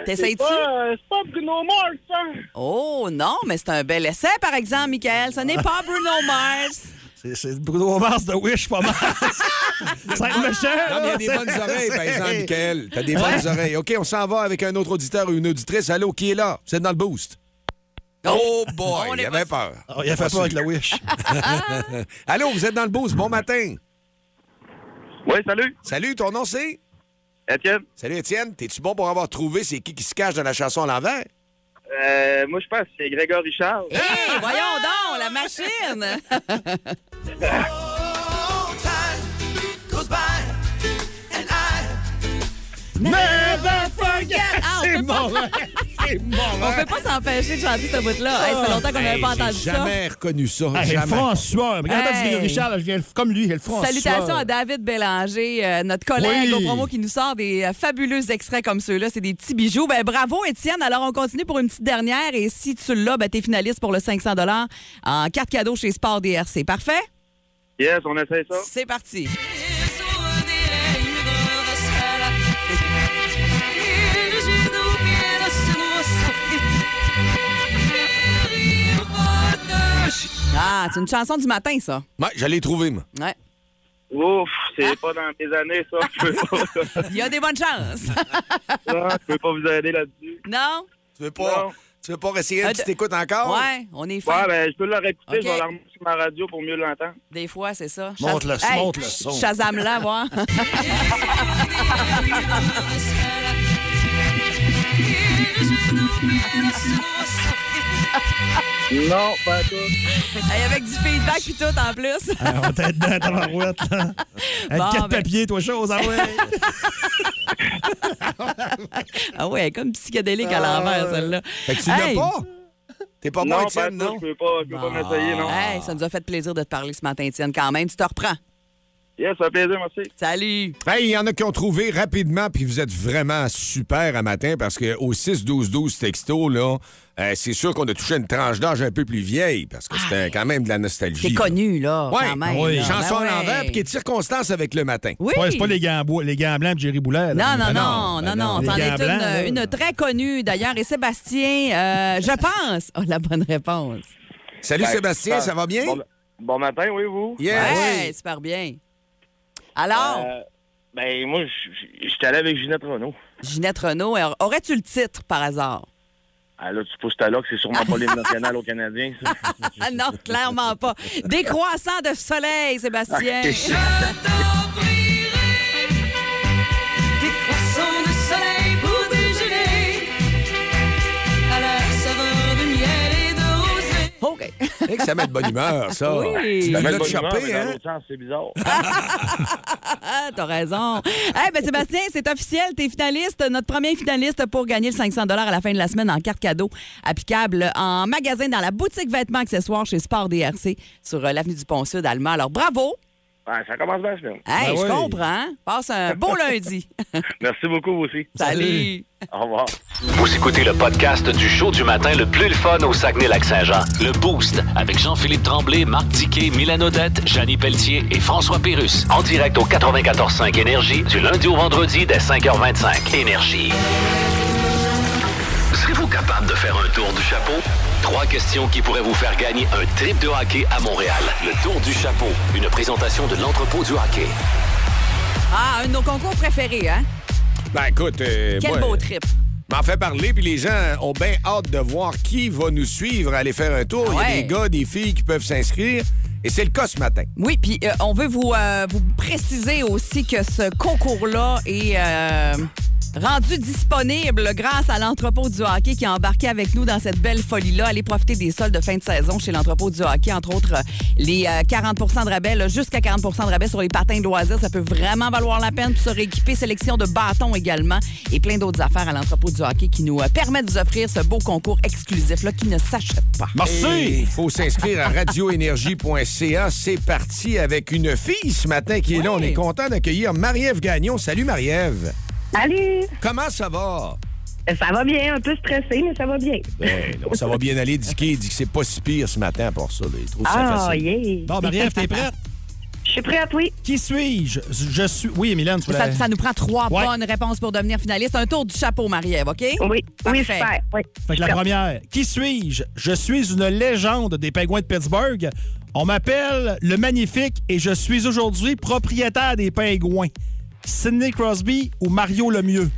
D: T'essayes-tu?
L: C'est pas, euh, c'est pas Bruno Mars, hein?
D: Oh non, mais c'est un bel essai, par exemple, Michael. Ce n'est pas Bruno Mars.
E: C'est- C'est Bruno Mars de Wish, pas mal. C'est un méchant.
C: Non, mais il y a des
E: là.
C: bonnes oreilles, par exemple, Michael. T'as des
E: Ouais.
C: bonnes oreilles. OK, on s'en va avec un autre auditeur ou une auditrice. Allô, qui est là? Vous êtes dans le boost. Oh boy, il avait peur.
E: Oh, il a fait peur avec le Wish.
C: Allô, vous êtes dans le boost. Bon matin.
L: Oui, salut.
C: Salut, ton nom c'est?
L: Étienne.
C: Salut, Étienne. T'es-tu bon pour avoir trouvé c'est qui qui se cache dans la chanson à l'envers?
L: Euh, moi, je pense que c'est Grégoire Richard.
D: Hey, voyons donc, la machine.
E: Never forget!
D: Ah, on
E: C'est
D: peut pas-
E: mon rêve. C'est mon
D: On peut
E: rêve.
D: pas s'empêcher de chanter ce bout-là. Hey, ça fait longtemps qu'on n'avait
C: Hey,
D: pas entendu
C: J'ai
D: ça.
C: jamais reconnu ça.
E: Ah, j'ai le
C: jamais.
E: front en sueur. Regarde,
D: Hey.
E: tu dis Richard, là, je viens le- comme lui, j'ai le front en sueur.
D: Salutations à David Bélanger, euh, notre collègue
E: Oui.
D: au promo qui nous sort des euh, fabuleux extraits comme ceux-là. C'est des petits bijoux. Ben, bravo, Étienne. Alors, on continue pour une petite dernière. Et si tu l'as, ben, t'es finaliste pour le 500 en carte cadeau chez Sport DRC. Parfait?
L: Yes, on essaie ça.
D: C'est parti. Ah, c'est une chanson du matin, ça.
C: Ouais, je l'ai trouvé, moi.
D: Ouais. Ah.
L: Ouf, c'est pas dans mes années, ça. Je peux pas,
D: Il y a des bonnes chances.
L: ça, je peux pas vous aider là-dessus.
D: non?
C: Tu veux pas,
L: Non.
C: tu veux pas réessayer une
D: Ah,
C: petite
D: de-
C: écoute encore?
D: Ouais, on est fans.
L: Ouais, ben, je peux le réécouter,
D: Ok.
L: je vais la remettre sur ma radio pour mieux l'entendre.
D: Des fois, c'est ça.
E: Montre-le,
D: Chaz-
E: montre-le son.
D: Shazam-la, voir.
L: Non, pas tout.
D: Hey, avec du feedback puis tout, en plus.
E: Ah, on t'aide dedans, tabarouette, là. Avec
D: Bon,
E: quatre
D: ben.
E: papiers, toi, chose, ah ouais.
D: Ah ouais, comme psychédélique à
E: Ah
D: l'envers, celle-là.
C: Fait que tu
D: Hey! Ah.
C: l'as pas? T'es pas bon,
L: Non, pas
C: Étienne,
L: tout,
C: non?
L: je peux pas, je peux pas m'essayer, non.
D: Hey, ça nous a fait plaisir de te parler ce matin, Étienne, quand même. Tu te reprends.
L: Yes, ça fait plaisir, merci.
D: Salut!
C: Hey, il y en a qui ont trouvé rapidement, puis vous êtes vraiment super à matin parce que au 6-12-12 texto, là, euh, c'est sûr qu'on a touché une tranche d'âge un peu plus vieille parce que c'était quand même de la nostalgie.
D: Ah, C'est
C: là.
D: connu, là,
C: Ouais,
D: quand même.
E: Ah oui.
D: là.
C: chanson
D: Ben
C: à l'envers,
D: ouais.
C: puis qui est de circonstance avec le matin.
D: Oui!
E: Ouais, c'est pas les gants, bois- les gants blancs de Jerry
C: Ah
E: Boulet.
D: Non,
E: là.
D: non,
E: Ben
D: non,
E: ben
D: non, non. T'en
E: Les
D: es
E: gants blancs, là.
D: une, une très connue, d'ailleurs. Et Sébastien, euh, je pense. Oh, la bonne réponse.
C: Salut
L: Ben,
C: Sébastien, ça va bien?
L: Bon, bon matin, oui, vous?
C: Yes.
D: Ouais, super bien. Alors,
L: Euh, ben, moi, je- je- j'étais allé avec Ginette Renault.
D: Ginette Renault, alors, aurais-tu le titre par hasard?
L: Ah, là, tu pousses ta loque, c'est sûrement pas l'hymne national au Canadien, ça.
D: Ah non, clairement pas. Décroissant de soleil, Sébastien.
L: Ah, c'est
M: Croissant de soleil pour déjeuner. À la saveur de miel et de rosée.
D: OK.
C: Hey, que ça met de bonne humeur, ça.
D: Oui.
C: Tu l'as
D: Ça
L: Ben,
C: de
L: bonne humeur, mais
C: chopé,
L: dans
C: hein?
L: l'autre sens, c'est bizarre.
D: Ah, t'as raison. Eh ben Sébastien, c'est officiel, t'es finaliste, notre premier finaliste pour gagner le 500 à la fin de la semaine en carte cadeau applicable en magasin dans la boutique vêtements accessoires chez Sport DRC sur euh, l'avenue du Pont-Sud allemand. Alors bravo!
L: Ah, ça commence bien, la semaine.
D: Hey,
E: Ben
D: je
E: oui.
D: comprends. hein? Passe un beau lundi.
L: Merci beaucoup, vous aussi.
D: Salut.
L: Au revoir.
B: Vous écoutez le podcast du show du matin le plus le fun au Saguenay-Lac-Saint-Jean. Le Boost avec Jean-Philippe Tremblay, Marc Diquet, Milan Odette, Janine Pelletier et François Pérus. En direct au 94.5 Énergie du lundi au vendredi dès 5h25. Énergie. Serez-vous capable de faire un tour du chapeau? Trois questions qui pourraient vous faire gagner un trip de hockey à Montréal. Le Tour du Chapeau, une présentation de l'entrepôt du hockey.
D: Ah, un de nos concours préférés, hein?
C: Ben écoute,
E: Eh
C: euh,
D: Quel
C: moi,
D: beau trip.
C: M'en fait parler, puis les gens ont bien hâte de voir qui va nous suivre, aller faire un tour.
D: Ah
C: Il y a des gars, des filles qui peuvent s'inscrire. Et c'est le cas ce matin.
D: Oui, puis euh, on veut vous, euh, vous préciser aussi que ce concours-là est euh, rendu disponible grâce à l'entrepôt du hockey qui a embarqué avec nous dans cette belle folie-là. Allez profiter des soldes de fin de saison chez l'entrepôt du hockey, entre autres euh, les euh, 40 de rabais, là, jusqu'à 40 de rabais sur les patins de loisirs. Ça peut vraiment valoir la peine. Puis se rééquiper, sélection de bâtons également et plein d'autres affaires à l'entrepôt du hockey qui nous euh, permet de vous offrir ce beau concours exclusif-là qui ne s'achète pas.
C: Et Il faut s'inscrire à radioénergie.ca. C'est parti avec une fille ce matin qui est là. On est content d'accueillir Marie-Ève Gagnon. Salut Marie-Ève.
N: Salut!
C: Comment ça va?
N: Ça va bien, un peu stressé, mais ça va bien.
C: Ben non, ça va bien aller. Dicky dit que c'est pas si pire ce matin pour ça. là. Il trouve ça
N: Ah,
C: facile.
N: yeah!
E: Bon, Marie-Ève, t'es prête?
N: Je suis prête, oui.
E: Qui suis-je? Je, je suis. Oui, Mylène, tu
D: Ça,
E: voulais-
D: ça nous prend trois
E: Ouais.
D: bonnes réponses pour devenir finaliste. Un tour du chapeau, Marie-Ève, OK? Oui, oui, super.
E: Fait que la première, qui suis-je? Je suis une légende des Pingouins de Pittsburgh. On m'appelle le Magnifique et je suis aujourd'hui propriétaire des Pingouins. Sidney Crosby ou Mario Lemieux?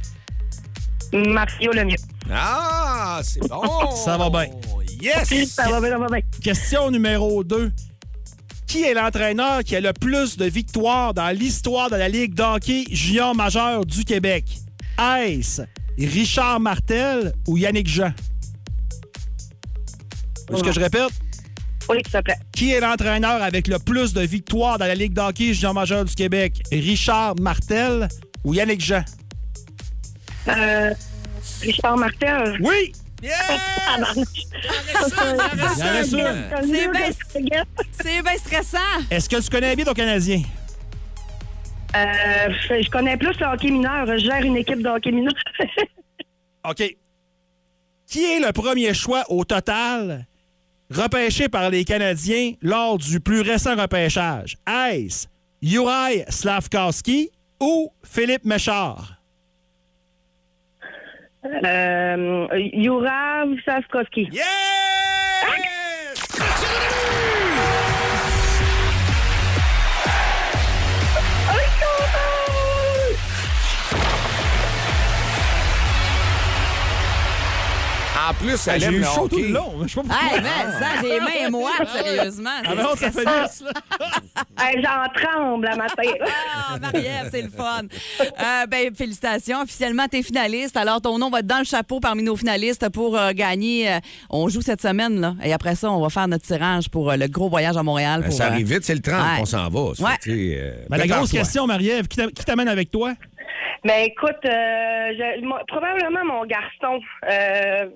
N: Mario Lemieux.
C: Ah, c'est bon!
E: Ça va bien.
C: Yes!
N: Ça va bien, ça va bien.
E: Question numéro 2. Qui est l'entraîneur qui a le plus de victoires dans l'histoire de la Ligue d'hockey junior majeur du Québec? Est-ce Richard Martel ou Yannick Jean? Est-ce que je répète?
N: Oui, s'il te plaît.
E: Qui est l'entraîneur avec le plus de victoires dans la Ligue d'hockey junior majeur du Québec? Richard Martel ou Yannick Jean?
N: Euh, Richard Martel. Ah,
E: Oui!
C: Yes!
E: Il y en a sûr.
D: C'est bien c'est bien stressant.
E: Est-ce que tu connais bien ton Canadien?
N: Euh, je connais plus le hockey mineur. Je gère une équipe de hockey mineur.
E: OK. Qui est le premier choix au total repêché par les Canadiens lors du plus récent repêchage? Est-ce Juraj Slavkowski ou Philippe Méchard?
N: euh, Yurav Saskowski.
C: Yeah! En plus, elle
E: J'ai
C: aime
E: eu
C: le
E: chaud tout
C: hockey.
E: le long. Je sais pas pourquoi.
D: Hey, Ah, mais ça, j'ai les mains moites, sérieusement.
E: Ah, mais non, ça fait
D: stressant.
E: lisse, là.
N: Hey, J'en tremble à matin.
D: Ah, Marie-Ève, c'est le fun. Euh, ben, félicitations. Officiellement, t'es finaliste. Alors, ton nom va être dans le chapeau parmi nos finalistes pour euh, gagner. euh, on joue cette semaine, là. Et après ça, on va faire notre tirage pour euh, le gros voyage à Montréal.
C: Ben,
D: pour,
C: ça
D: euh,
C: arrive vite, c'est le 30
D: ouais.
C: qu'on s'en va. Ça
D: Ouais.
C: fait, tu sais, euh,
E: Mais la grosse
C: prépare-toi.
E: question, Marie-Ève, qui t'a- qui t'amène avec toi?
N: Ben écoute, euh, je- moi, probablement mon garçon, euh,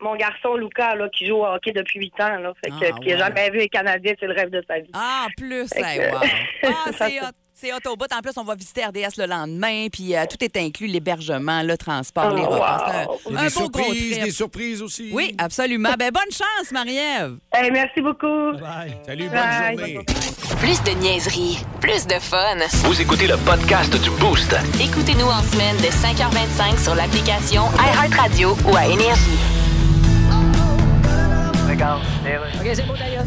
N: mon garçon Lucas, là, qui joue au hockey depuis 8 ans, là, fait que,
D: Ah,
N: qui n'a
D: ouais.
N: jamais vu les Canadiens, c'est le rêve de sa vie.
D: Ah, en plus,
N: Fait
D: hey,
N: que-
D: wow. Ah, c'est hot. C'est hot au bout. En plus, on va visiter RDS le lendemain, puis euh, tout est inclus, l'hébergement, le transport, les
C: Oh,
D: repas.
C: wow.
D: C'est
C: Il y
D: un,
C: a
D: un
C: des
D: beau gros
C: surprises,
D: trip.
C: des surprises aussi.
D: Oui, absolument. Ben, bonne chance, Marie-Ève.
N: merci beaucoup.
C: Salut,
D: Bye.
C: bonne journée.
I: Plus de niaiserie, plus de fun.
B: Vous écoutez le podcast du Boost.
I: Écoutez-nous en semaine de 5h25 sur l'application iHeartRadio ou à Énergie.
K: OK, c'est beau, d'ailleurs.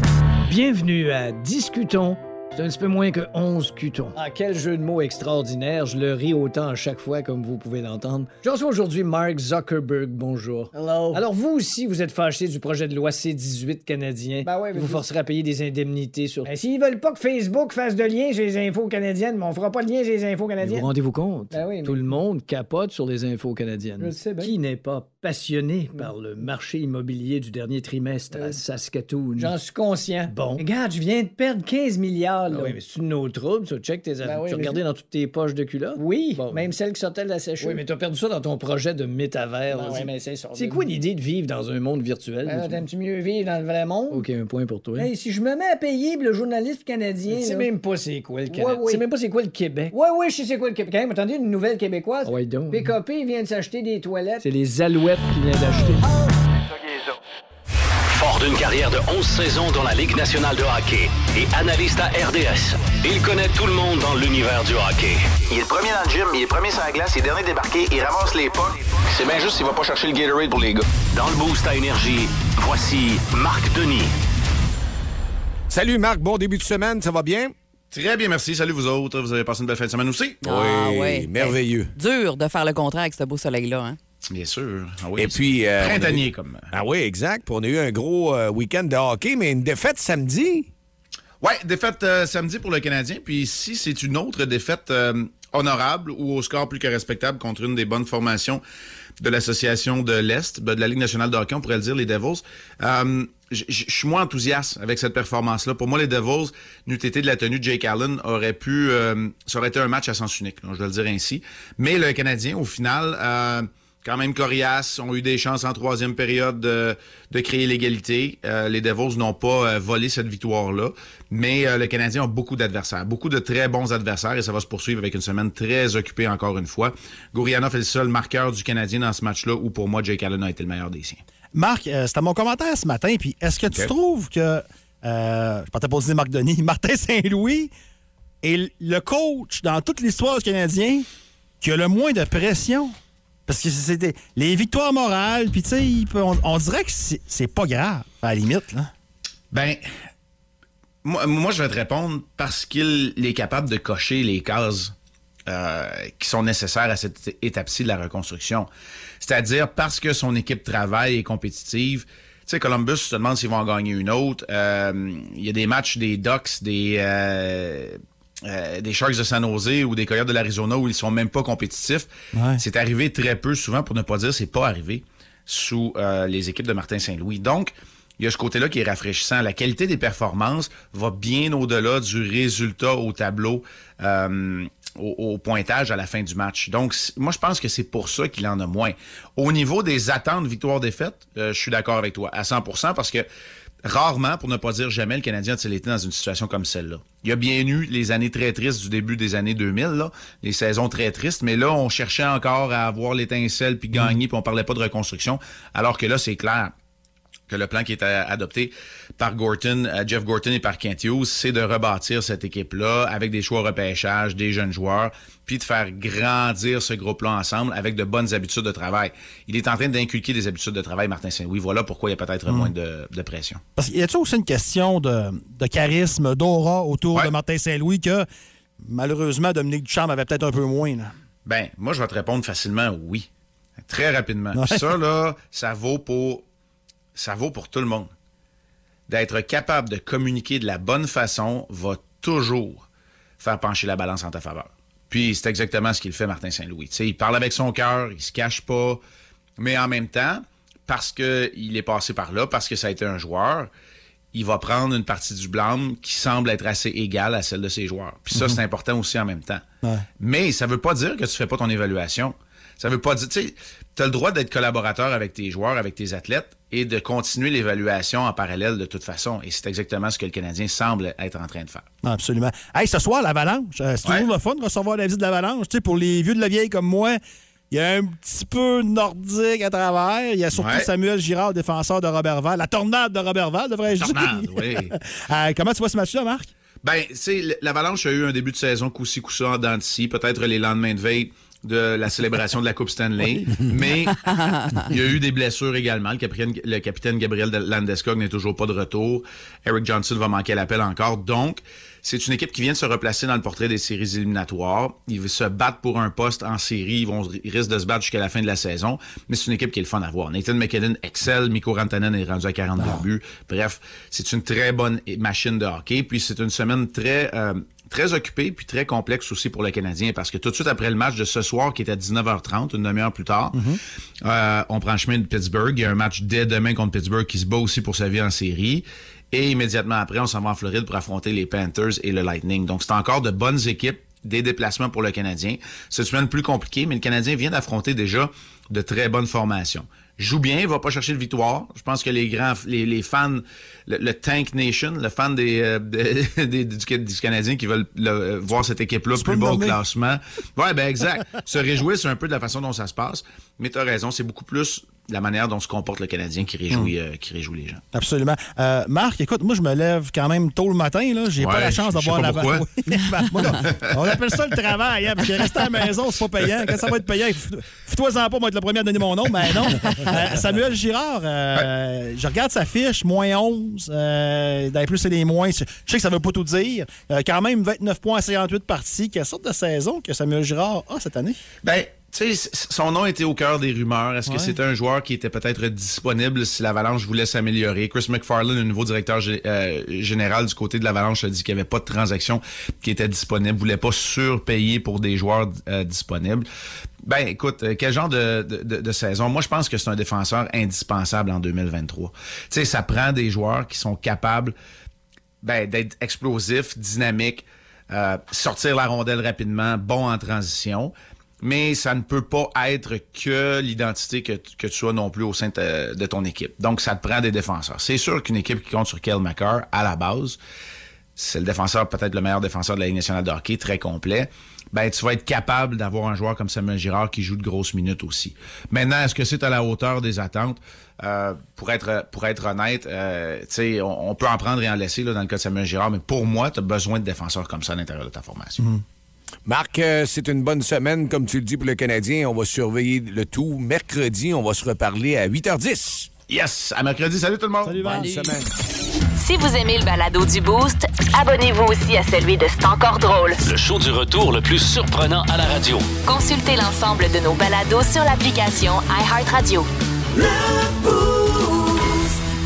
J: Bienvenue à Discutons. C'est un petit peu moins que 11 cutons. Ah, quel jeu de mots extraordinaire. Je le ris autant à chaque fois, comme vous pouvez l'entendre. Je reçois aujourd'hui Mark Zuckerberg. Bonjour. Hello. Alors, vous aussi, vous êtes fâché du projet de loi C-18 canadien. Bah ouais, vous forcerez à payer des indemnités sur.
O: Ben, s'ils veulent pas que Facebook fasse de lien chez les infos canadiennes, mais on fera pas de lien chez les infos
J: Vous
O: canadiennes.
J: rendez-vous compte?
O: Ben oui, mais-
J: Tout le monde capote sur les infos canadiennes. Qui n'est pas passionné par le marché immobilier du dernier trimestre à Saskatoon?
O: Euh, J'en suis conscient.
J: Bon.
O: Regarde, je viens de perdre 15 milliards, là.
J: Ah oui, mais c'est une autre trouble, ça. Check tes affaires.
O: Ben oui,
J: tu
O: mais
J: regardais
O: je-
J: dans toutes tes poches de culotte?
O: Oui, même celle qui sortait de la sécheuse.
J: Oui, mais t'as perdu ça dans ton projet de métavers.
O: Ben
J: là,
O: oui,
J: dis-
O: mais c'est ça.
J: C'est quoi l'idée de vivre dans un monde virtuel?
O: Ben,
J: là, tu-
O: T'aimes-tu mieux vivre dans le vrai monde?
J: OK, un point pour toi.
O: Hey, si je me mets à payer pour le journaliste canadien.
J: Tu sais
O: là-
J: même pas c'est quoi le Canada.
O: Ouais, ouais.
J: Tu sais même pas c'est quoi le Québec. Ah
O: Ouais, ouais, je sais c'est quoi le Québec. Quand même, attendez, une nouvelle québécoise.
J: Ouais, donc.
O: PKP vient de s'acheter des toilettes.
J: C'est les alouettes qui viennent d'acheter.
B: Fort d'une carrière de 11 saisons dans la Ligue nationale de hockey et analyste à RDS, il connaît tout le monde dans l'univers du hockey.
P: Il est premier dans le gym, il est premier sur la glace, il est dernier débarqué, il ramasse les pas. C'est bien juste s'il va pas chercher le Gatorade pour les gars.
B: Dans le boost à énergie, voici Marc Denis.
C: Salut Marc, bon début de semaine, ça va bien?
Q: Très bien, merci. Salut vous autres. Vous avez passé une belle fin de semaine aussi?
D: Ah ouais.
C: merveilleux.
D: Dur de faire le contraire avec ce beau soleil-là. Hein?
Q: Bien sûr. Ah oui,
C: Et puis. euh, on a
Q: Printanier
C: eu-
Q: comme.
C: Ah oui, exact. Puis on a eu un gros euh, week-end de hockey, mais une défaite samedi.
Q: Ouais, défaite euh, samedi pour le Canadien. Puis si c'est une autre défaite euh, honorable ou au score plus que respectable contre une des bonnes formations de l'Association de l'Est, ben, de la Ligue nationale de hockey, on pourrait le dire, les Devils. euh, j- j- je suis moins enthousiaste avec cette performance-là. Pour moi, les Devils, n'eût été de la tenue de Jake Allen, aurait pu, euh, ça aurait été un match à sens unique, là, je dois le dire ainsi. Mais le Canadien, au final, euh, quand même coriace, ont eu des chances en troisième période de, de créer l'égalité. Euh, les Devils n'ont pas euh, volé cette victoire-là, mais euh, le Canadien a beaucoup d'adversaires, beaucoup de très bons adversaires et ça va se poursuivre avec une semaine très occupée encore une fois. Gourianov est le seul marqueur du Canadien dans ce match-là où pour moi Jake Allen a été le meilleur des siens.
E: Marc, euh, c'était mon commentaire ce matin. Puis est-ce que tu
Q: Ok.
E: trouves que. euh, je partais pas dire Marc Denis, Martin Saint-Louis est l- le coach dans toute l'histoire du Canadien qui a le moins de pression. Parce que c'était les victoires morales, puis tu sais, il peut- on, on dirait que c'est c'est pas grave, à la limite. Là.
Q: Ben, moi, moi, je vais te répondre parce qu'il est capable de cocher les cases euh, qui sont nécessaires à cette étape-ci de la reconstruction. C'est-à-dire parce que son équipe travaille et est compétitive. Tu sais, Columbus se demande s'ils vont en gagner une autre. Euh, Il y a des matchs des Ducks, des, euh, euh, des Sharks de San Jose ou des Coyotes de l'Arizona où ils sont même pas compétitifs. C'est arrivé très peu souvent, pour ne pas dire c'est pas arrivé sous euh, les équipes de Martin Saint-Louis. Donc, il y a ce côté-là qui est rafraîchissant. La qualité des performances va bien au-delà du résultat au tableau, euh, au, au pointage à la fin du match. Donc, c- moi, je pense que c'est pour ça qu'il en a moins. Au niveau des attentes victoire-défaite, euh, je suis d'accord avec toi à 100 parce que rarement, pour ne pas dire jamais, le Canadien a-t-il été dans une situation comme celle-là. Il y a bien eu les années très tristes du début des années 2000, là, les saisons très tristes, mais là, on cherchait encore à avoir l'étincelle puis gagner, puis on parlait pas de reconstruction, alors que là, c'est clair que le plan qui est euh, adopté par Gorton, euh, Jeff Gorton et par Kent Hughes, c'est de rebâtir cette équipe-là avec des choix au repêchage, des jeunes joueurs, puis de faire grandir ce groupe-là ensemble avec de bonnes habitudes de travail. Il est en train d'inculquer des habitudes de travail, Martin Saint-Louis. Voilà pourquoi il y a peut-être
E: Mm.
Q: moins de, de pression.
E: Parce qu'il y a aussi une question de, de charisme, d'aura autour de Martin Saint-Louis que malheureusement Dominique Ducharme avait peut-être un peu moins. là.
Q: Ben, moi, je vais te répondre facilement oui. Très rapidement. Puis Ça, là, ça vaut pour, ça vaut pour tout le monde. D'être capable de communiquer de la bonne façon va toujours faire pencher la balance en ta faveur. Puis, c'est exactement ce qu'il fait, Martin Saint-Louis. Tu sais, il parle avec son cœur, il se cache pas, mais en même temps, parce qu'il est passé par là, parce que ça a été un joueur, il va prendre une partie du blâme qui semble être assez égale à celle de ses joueurs. Puis ça,
E: Mhm.
Q: c'est important aussi en même temps.
E: Ouais.
Q: Mais ça veut pas dire que tu fais pas ton évaluation. Ça veut pas dire, tu sais, tu as le droit d'être collaborateur avec tes joueurs, avec tes athlètes et de continuer l'évaluation en parallèle de toute façon. Et c'est exactement ce que le Canadien semble être en train de faire.
E: Non, Ah, absolument. Hey, ce soir, l'Avalanche, euh, c'est toujours le fun de recevoir la visite de l'Avalanche. Tu sais, pour les vieux de la vieille comme moi, il y a un petit peu nordique à travers. Il y a surtout
Q: Ouais.
E: Samuel Girard, défenseur de Robertval. La tornade de Robertval, devrais-je dire.
Q: Tornade, oui.
E: Euh, comment tu vois ce match-là, Marc?
Q: Ben, tu sais, l- l'Avalanche a eu un début de saison coup-ci, coup-ça en dents de scie, peut-être les lendemains de veille de la célébration de la Coupe Stanley. Mais il y a eu des blessures également. Le capitaine, le capitaine Gabriel Landeskog n'est toujours pas de retour. Eric Johnson va manquer à l'appel encore. Donc, c'est une équipe qui vient de se replacer dans le portrait des séries éliminatoires. Ils se battent pour un poste en série. Ils, vont, ils risquent de se battre jusqu'à la fin de la saison. Mais c'est une équipe qui est le fun à voir. Nathan McKinnon excelle. Miko Rantanen est rendu à 42 buts. Bref, c'est une très bonne machine de hockey. Puis c'est une semaine très... euh, très occupé puis très complexe aussi pour le Canadien parce que tout de suite après le match de ce soir qui est à 19h30, une demi-heure plus tard,
D: Mhm.
Q: euh, on prend le chemin de Pittsburgh. Il y a un match dès demain contre Pittsburgh qui se bat aussi pour sa vie en série. Et immédiatement après, on s'en va en Floride pour affronter les Panthers et le Lightning. Donc c'est encore de bonnes équipes, des déplacements pour le Canadien. C'est une semaine plus compliquée, mais le Canadien vient d'affronter déjà de très bonnes formations. Joue bien, va pas chercher de victoire. Je pense que les grands, les, les fans, le, le Tank Nation, le fan des, euh, de- des- du, du Canadien qui veulent le- euh, voir cette équipe-là plus
E: me
Q: bas au
E: nommer?
Q: classement. Ouais, ben exact. se réjouir, c'est un peu de la façon dont ça se passe. Mais tu as raison, c'est beaucoup plus la manière dont se comporte le Canadien qui réjouit,
E: Hmm.
Q: euh, qui réjouit les gens.
E: Absolument. Euh, Marc, écoute, moi, je me lève quand même tôt le matin. là. J'ai pas
Q: Ouais,
E: la chance
Q: je sais
E: d'avoir
Q: pas
E: la
Q: pourquoi.
E: Oui, ben, moi, non. On appelle ça le travail. Hein, parce que rester à la maison, c'est pas payant. Quand ça va être payant, fous- fous-toi-en pas, moi, être le premier à donner mon nom. Mais non. Euh, Samuel Girard, euh, je regarde sa fiche, moins 11. euh, dans les plus et les moins. Je je sais que ça veut pas tout dire. Euh, quand même, 29 points à 58 parties. Quelle sorte de saison que Samuel Girard a cette année?
Q: Ben, tu sais, c- son nom était au cœur des rumeurs. Est-ce
E: Ouais.
Q: que c'était un joueur qui était peut-être disponible si l'Avalanche voulait s'améliorer? Chris McFarland, le nouveau directeur gé- euh, général du côté de l'Avalanche, a dit qu'il n'y avait pas de transaction qui était disponible, voulait pas surpayer pour des joueurs euh, disponibles. Ben, écoute, euh, quel genre de, de- de- de saison? Moi, je pense que c'est un défenseur indispensable en 2023. Tu sais, ça prend des joueurs qui sont capables ben, d'être explosif, dynamique, euh, sortir la rondelle rapidement, bon en transition. Mais ça ne peut pas être que l'identité que, tu- que tu as non plus au sein de, ta- de ton équipe. Donc, ça te prend des défenseurs. C'est sûr qu'une équipe qui compte sur Kyle McCarr, à la base, c'est le défenseur, peut-être le meilleur défenseur de la Ligue nationale de hockey, très complet. Ben, tu vas être capable d'avoir un joueur comme Samuel Girard qui joue de grosses minutes aussi. Maintenant, est-ce que c'est à la hauteur des attentes? Euh, pour être pour être honnête, euh, tu sais, on, on peut en prendre et en laisser là, dans le cas de Samuel Girard, mais pour moi, tu as besoin de défenseurs comme ça à l'intérieur de ta formation.
C: Marc, euh, c'est une bonne semaine, comme tu le dis, pour le Canadien. On va surveiller le tout. Mercredi, on va se reparler à 8h10.
Q: Yes! À mercredi. Salut tout le monde! Salut,
C: Bonne semaine.
I: Si vous aimez le balado du Boost, abonnez-vous aussi à celui de C'est encore drôle.
B: Le show du retour le plus surprenant à la radio.
I: Consultez l'ensemble de nos balados sur l'application iHeartRadio.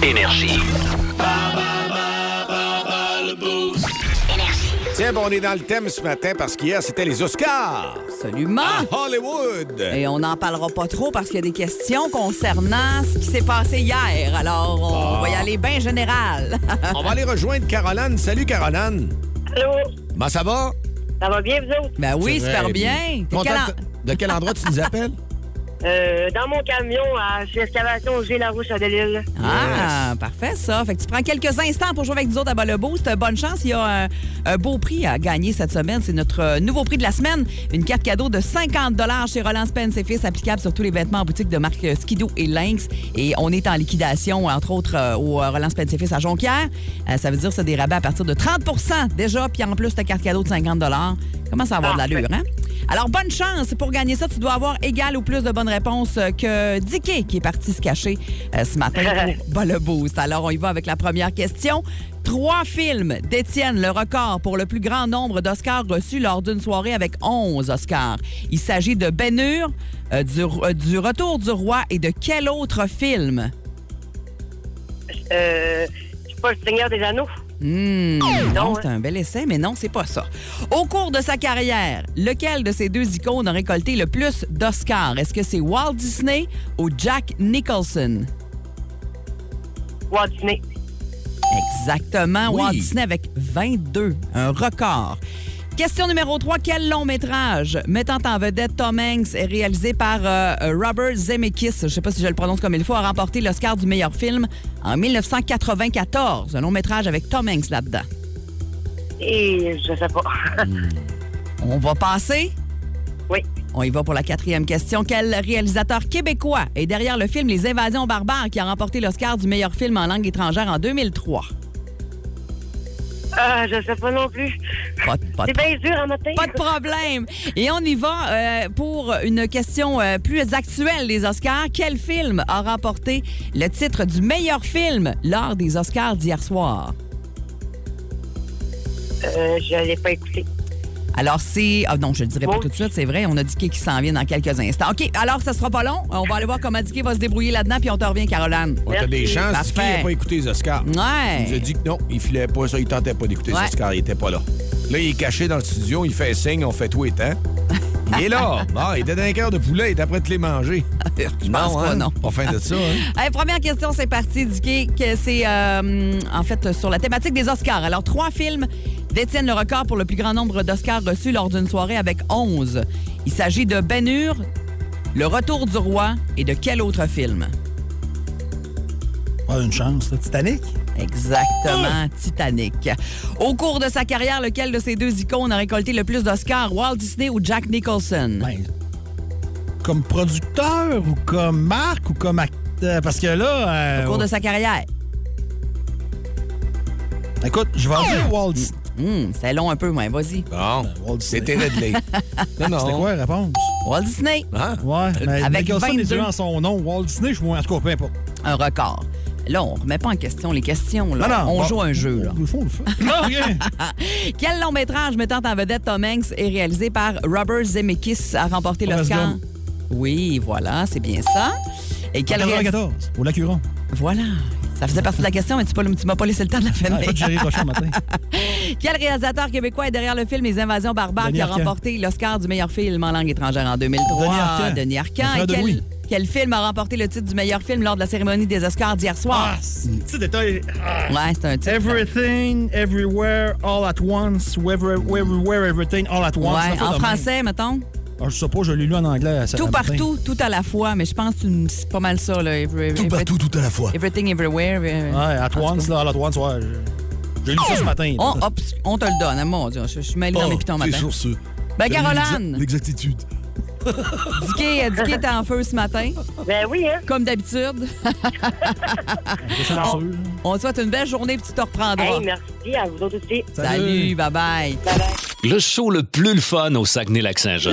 B: Énergie.
C: Tiens, bon, on est dans le thème ce matin parce qu'hier, c'était les Oscars.
D: Absolument.
C: À Ah, Hollywood.
D: Et on n'en parlera pas trop parce qu'il y a des questions concernant ce qui s'est passé hier. Alors, on
C: Ah.
D: va y aller bien général.
C: on va aller rejoindre Caroline. Salut, Caroline.
N: Allô?
C: Comment ça va?
N: Ça va bien, vous autres?
D: Ben oui,
C: C'est
D: super
C: vrai.
D: bien. T'es
C: Contente-
D: quel
C: De quel endroit tu nous appelles?
N: Euh, dans mon camion à chez Excavation G. Larouche à Delille.
D: Ah, parfait ça. Fait que tu prends quelques instants pour jouer avec nous autres à bas le boost. Bonne chance. Il y a un, un beau prix à gagner cette semaine. C'est notre euh, nouveau prix de la semaine. Une carte cadeau de 50 chez Roland Spence et Fils, applicable sur tous les vêtements en boutique de marque euh, Skido et Lynx. Et on est en liquidation, entre autres, euh, au euh, Roland Spence et Fils à Jonquière. Euh, ça veut dire ça des rabais à partir de 30 déjà. Puis en plus, ta carte cadeau de 50 Comment ça va avoir de l'allure, hein? Alors, bonne chance. Pour gagner ça, tu dois avoir égal ou plus de bonnes réponses euh, que Dicky, qui est parti se cacher euh, ce matin pour Bas le Boost. Alors, on y va avec la première question. Trois films détiennent le record pour le plus grand nombre d'Oscars reçus lors d'une soirée avec 11 Oscars. Il s'agit de Ben Hur, euh, du, euh, du Retour du Roi et de quel autre film?
N: Euh, je suis pas le Seigneur des Anneaux. hein.
D: Hmm, non,
N: Non,
D: c'est un bel essai, mais non, c'est pas ça. Au cours de sa carrière, lequel de ces deux icônes a récolté le plus d'Oscars? Est-ce que c'est Walt Disney ou Jack Nicholson?
N: Walt Disney.
D: Exactement,
N: Oui.
D: Walt Disney avec 22, un record. Question numéro 3, quel long métrage mettant en vedette Tom Hanks et réalisé par euh, Robert Zemeckis, je ne sais pas si je le prononce comme il faut, a remporté l'Oscar du meilleur film en 1994, un long métrage avec Tom Hanks là-dedans?
N: Et Eh, je sais pas.
D: On va passer?
N: Oui.
D: On y va pour la quatrième question. Quel réalisateur québécois est derrière le film Les Invasions barbares qui a remporté l'Oscar du meilleur film en langue étrangère en 2003?
N: Ah, je sais pas non plus.
D: Pas, pas
N: C'est bien dur en matin.
D: Pas de problème. Et on y va euh, pour une question euh, plus actuelle des Oscars. Quel film a remporté le titre du meilleur film lors des Oscars d'hier soir?
N: Euh, je l'ai pas écouté.
D: Alors, c'est. Ah non, je ne dirai pas tout de suite, c'est vrai. On a dit qui s'en vient dans quelques instants. OK, alors, ça sera pas long. On va aller voir comment Dicky va se débrouiller là-dedans, puis on te revient, Caroline.
C: On a des chances. Qui n'a
D: Parfait.
C: pas écouté les Oscars?
D: Ouais.
C: Il nous a dit que non, il filait pas ça, il tentait pas d'écouter
D: Ouais.
C: les Oscars, il était pas là. Là, il est caché dans le studio, il fait signe, on fait tweet, hein? Il est là! Bon, il était dans un cœur de poulet, il était prêt de les manger.
D: Je pense pas, non.
C: Pas fin de ça, hein?
D: Hey, première question, c'est parti, Dicky, que c'est euh, en fait sur la thématique des Oscars. Alors, trois films détiennent le record pour le plus grand nombre d'Oscars reçus lors d'une soirée avec 11. Il s'agit de Ben Hur, Le Retour du Roi et de quel autre film?
E: Pas Ah, une chance, là. Titanic.
D: Exactement,
C: Oh!
D: Titanic. Au cours de sa carrière, lequel
C: Ben,
D: de ces deux icônes a récolté le plus d'Oscars, Walt Disney ou Jack Nicholson?
E: Ah, comme producteur ou comme marque ou comme acteur? Parce que là. euh,
D: Au cours de sa carrière.
E: Écoute, je vais en dire Walt Disney.
D: Hum, c'est long un peu, mais vas-y.
C: Bon, c'était réglé.
E: non, Hein? non. Ah, C'était quoi la réponse?
D: Walt Disney.
E: Ouais, mais
D: Avec
E: Nicholson est
D: 22.
E: dû en son nom. Walt Disney, je vois en tout cas, peu importe.
D: Un record. Là, on remet pas en question les questions. Là.
E: Non, non,
D: on
E: bon,
D: joue à un jeu. Là.
E: rien.
D: Quel long métrage mettant en vedette Tom Hanks et réalisé par Robert Zemeckis a remporté
E: Forrest
D: l'Oscar?
E: Gump.
D: Oui, voilà, c'est bien ça. Et quel
E: En
D: réalis-
E: 94, au lac Huron.
D: Voilà. Ça faisait partie de la question, mais tu pas- tu m'as pas laissé le temps de la finir.
E: Ah, écoute, j'ai réfléchi matin.
D: Quel réalisateur québécois est derrière le film Les Invasions barbares
E: Denis
D: qui a
E: Arcand.
D: remporté l'Oscar du meilleur film en langue étrangère en 2003?
E: Denis Arcand.
D: Denis Arcand.
E: Le frère
D: Et
E: de
D: quel,
E: Louis.
D: quel film a remporté le titre du meilleur film lors de la cérémonie des Oscars d'hier soir?
E: Ah, Petit détail. ah.
D: ouais, c'est un titre.
E: Everything, everywhere, all at once, wherever- everywhere, everything, all at once.
D: Ouais,
E: Ça fait
D: en
E: de même.
D: français, mettons.
E: Ah, je sais pas, je l'ai lu en anglais. à-
D: Tout
E: à matin.
D: partout, tout à la fois, mais je pense que tu me- c'est pas mal ça. Là. Every-
E: Tout
D: every-
E: partout, tout à la fois.
D: Everything, everywhere.
E: Ouais, at once, là, all at once, ouais. je- J'ai lu ça ce matin.
D: Ah,
E: Oh,
D: On, hop, on te le donne, hein, mon Dieu. Je, je suis mêlée dans mes pitons matin. Ben, Caroline!
E: L'exactitude.
D: Dicky, Dicky est euh, en feu ce matin.
N: Ben oui, hein?
D: Comme d'habitude. on, on te souhaite une belle journée puis tu te reprendras.
N: Hey, merci à vous autres aussi.
D: Salut, bye-bye.
B: Le show le plus le fun au Saguenay-Lac-Saint-Jean.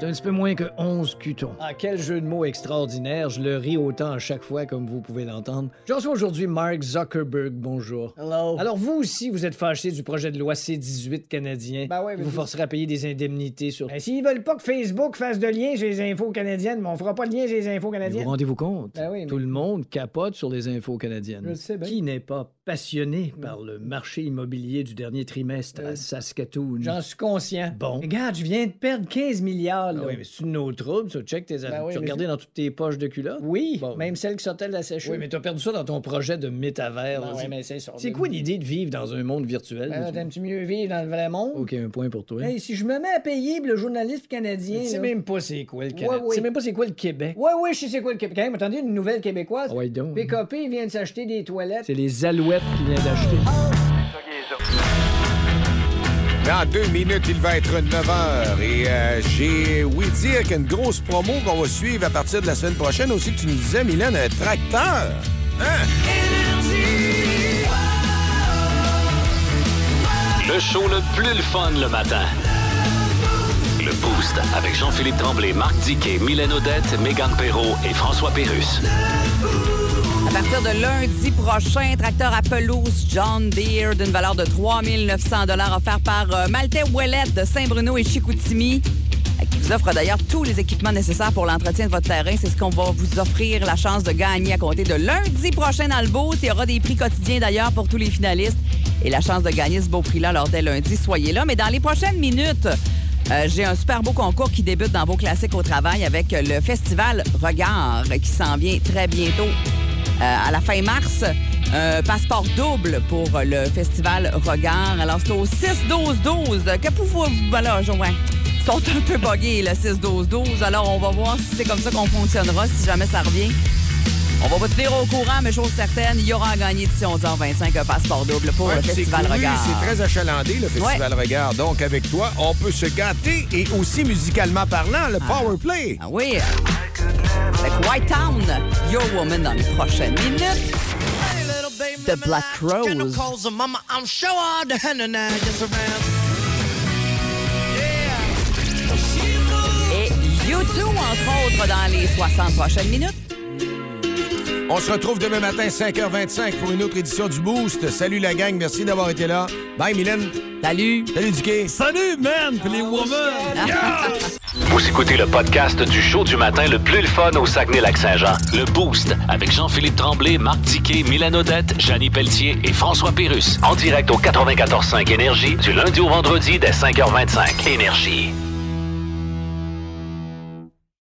J: C'est un petit peu moins que 11 cutons. Ah, quel jeu de mots extraordinaire. Je le ris autant à chaque fois, comme vous pouvez l'entendre. Je reçois aujourd'hui Mark Zuckerberg. Bonjour. Hello. Alors, vous aussi, vous êtes fâché du projet de loi C-18 canadien. Bah ouais, vous forcerez à payer des indemnités sur...
O: Ben, s'ils veulent pas que Facebook fasse de lien chez les infos canadiennes, mais on fera pas de lien chez les infos
J: Vous
O: canadiennes.
J: rendez-vous compte?
O: Ben oui, mais-
J: Tout le monde capote sur les infos canadiennes.
O: Je le sais bien.
J: Qui n'est pas passionné par le marché immobilier du dernier trimestre à Saskatoon?
O: Euh, J'en suis conscient.
J: Bon.
O: Regarde, je viens de perdre 15 milliards, là.
J: Ah
O: Ben
J: oui, mais c'est une autre trouble, ça. Check tes affaires.
O: oui,
J: tu
O: mais
J: regardais
O: je-
J: dans toutes tes poches de culotte?
O: Oui,
J: Bon.
O: même celle qui sortait de la sécheuse.
J: Oui, mais t'as perdu ça dans ton projet de métavers.
O: Ben
J: vas-y.
O: oui, mais c'est ça.
J: C'est quoi l'idée de vivre dans un monde virtuel?
O: Ben,
J: là, tu-
O: t'aimes tu mieux vivre dans le vrai monde?
J: OK, un point pour toi.
O: Hey, si je me mets à payer pour le journaliste canadien.
J: Tu sais
O: là-
J: même pas c'est quoi le Canada.
O: Ouais, ouais.
J: Tu sais même pas c'est quoi le Québec.
O: Ouais, ouais, je sais c'est quoi le Québec. Quand même, attendez, une nouvelle québécoise.
J: Ah ouais, donc.
O: PKP vient de s'acheter des toilettes.
J: C'est les alouettes qu'il vient d'acheter.
C: Dans deux minutes, il va être 9 heures. Et euh, j'ai oui dire qu'il y a une grosse promo qu'on va suivre à partir de la semaine prochaine aussi que tu nous disais, Mylène, un tracteur.
B: Le show le plus le fun le matin. Le Boost avec Jean-Philippe Tremblay, Marc Diquet, Mylène Odette, Megan Perrault et François Pérus.
D: À partir de lundi prochain, tracteur à pelouse John Deere d'une valeur de 3 900 offert par euh, Maltais Ouellet de Saint-Bruno et Chicoutimi euh, qui vous offre d'ailleurs tous les équipements nécessaires pour l'entretien de votre terrain. C'est ce qu'on va vous offrir la chance de gagner à compter de lundi prochain dans le Beauce. Il y aura des prix quotidiens d'ailleurs pour tous les finalistes et la chance de gagner ce beau prix-là alors dès lundi. Soyez là. Mais dans les prochaines minutes, euh, j'ai un super beau concours qui débute dans vos classiques au travail avec le festival Regard qui s'en vient très bientôt. Euh, à la fin mars. Un passeport double pour le festival Regard. Alors, c'est au 6-12-12. Que pouvez-vous. ben Voilà, je- ouais. Ils sont un peu buggés, le 6-12-12. Alors, on va voir si c'est comme ça qu'on fonctionnera, si jamais ça revient. On va vous tenir au courant, mais chose certaine, il y aura à gagner d'ici 11h25 un passeport double pour
C: Ouais,
D: le
C: puis c'est
D: Festival
C: couru,
D: Regard.
C: C'est très achalandé, le Festival Regard. Donc, avec toi, on peut se gâter et aussi musicalement parlant, le Power Play.
D: Ah oui. Avec White Town, Your Woman dans les prochaines minutes. The Black Rose.
M: Calls her mama, I'm sure all the henna now just around.
D: Et YouTube, entre autres, dans les 60 prochaines minutes.
C: On se retrouve demain matin, 5h25, pour une autre édition du Boost. Salut la gang, merci d'avoir été là. Bye, Mylène.
D: Salut. Ah,
C: Salut, Dicky.
E: Salut, man, puis les women.
B: Vous écoutez le podcast du show du matin le plus le fun au Saguenay-Lac-Saint-Jean. Le Boost avec Jean-Philippe Tremblay, Marc Diquet, Milan Odette, Janine Pelletier et François Pérus. En direct au 94.5 Énergie du lundi au vendredi dès 5h25. Énergie.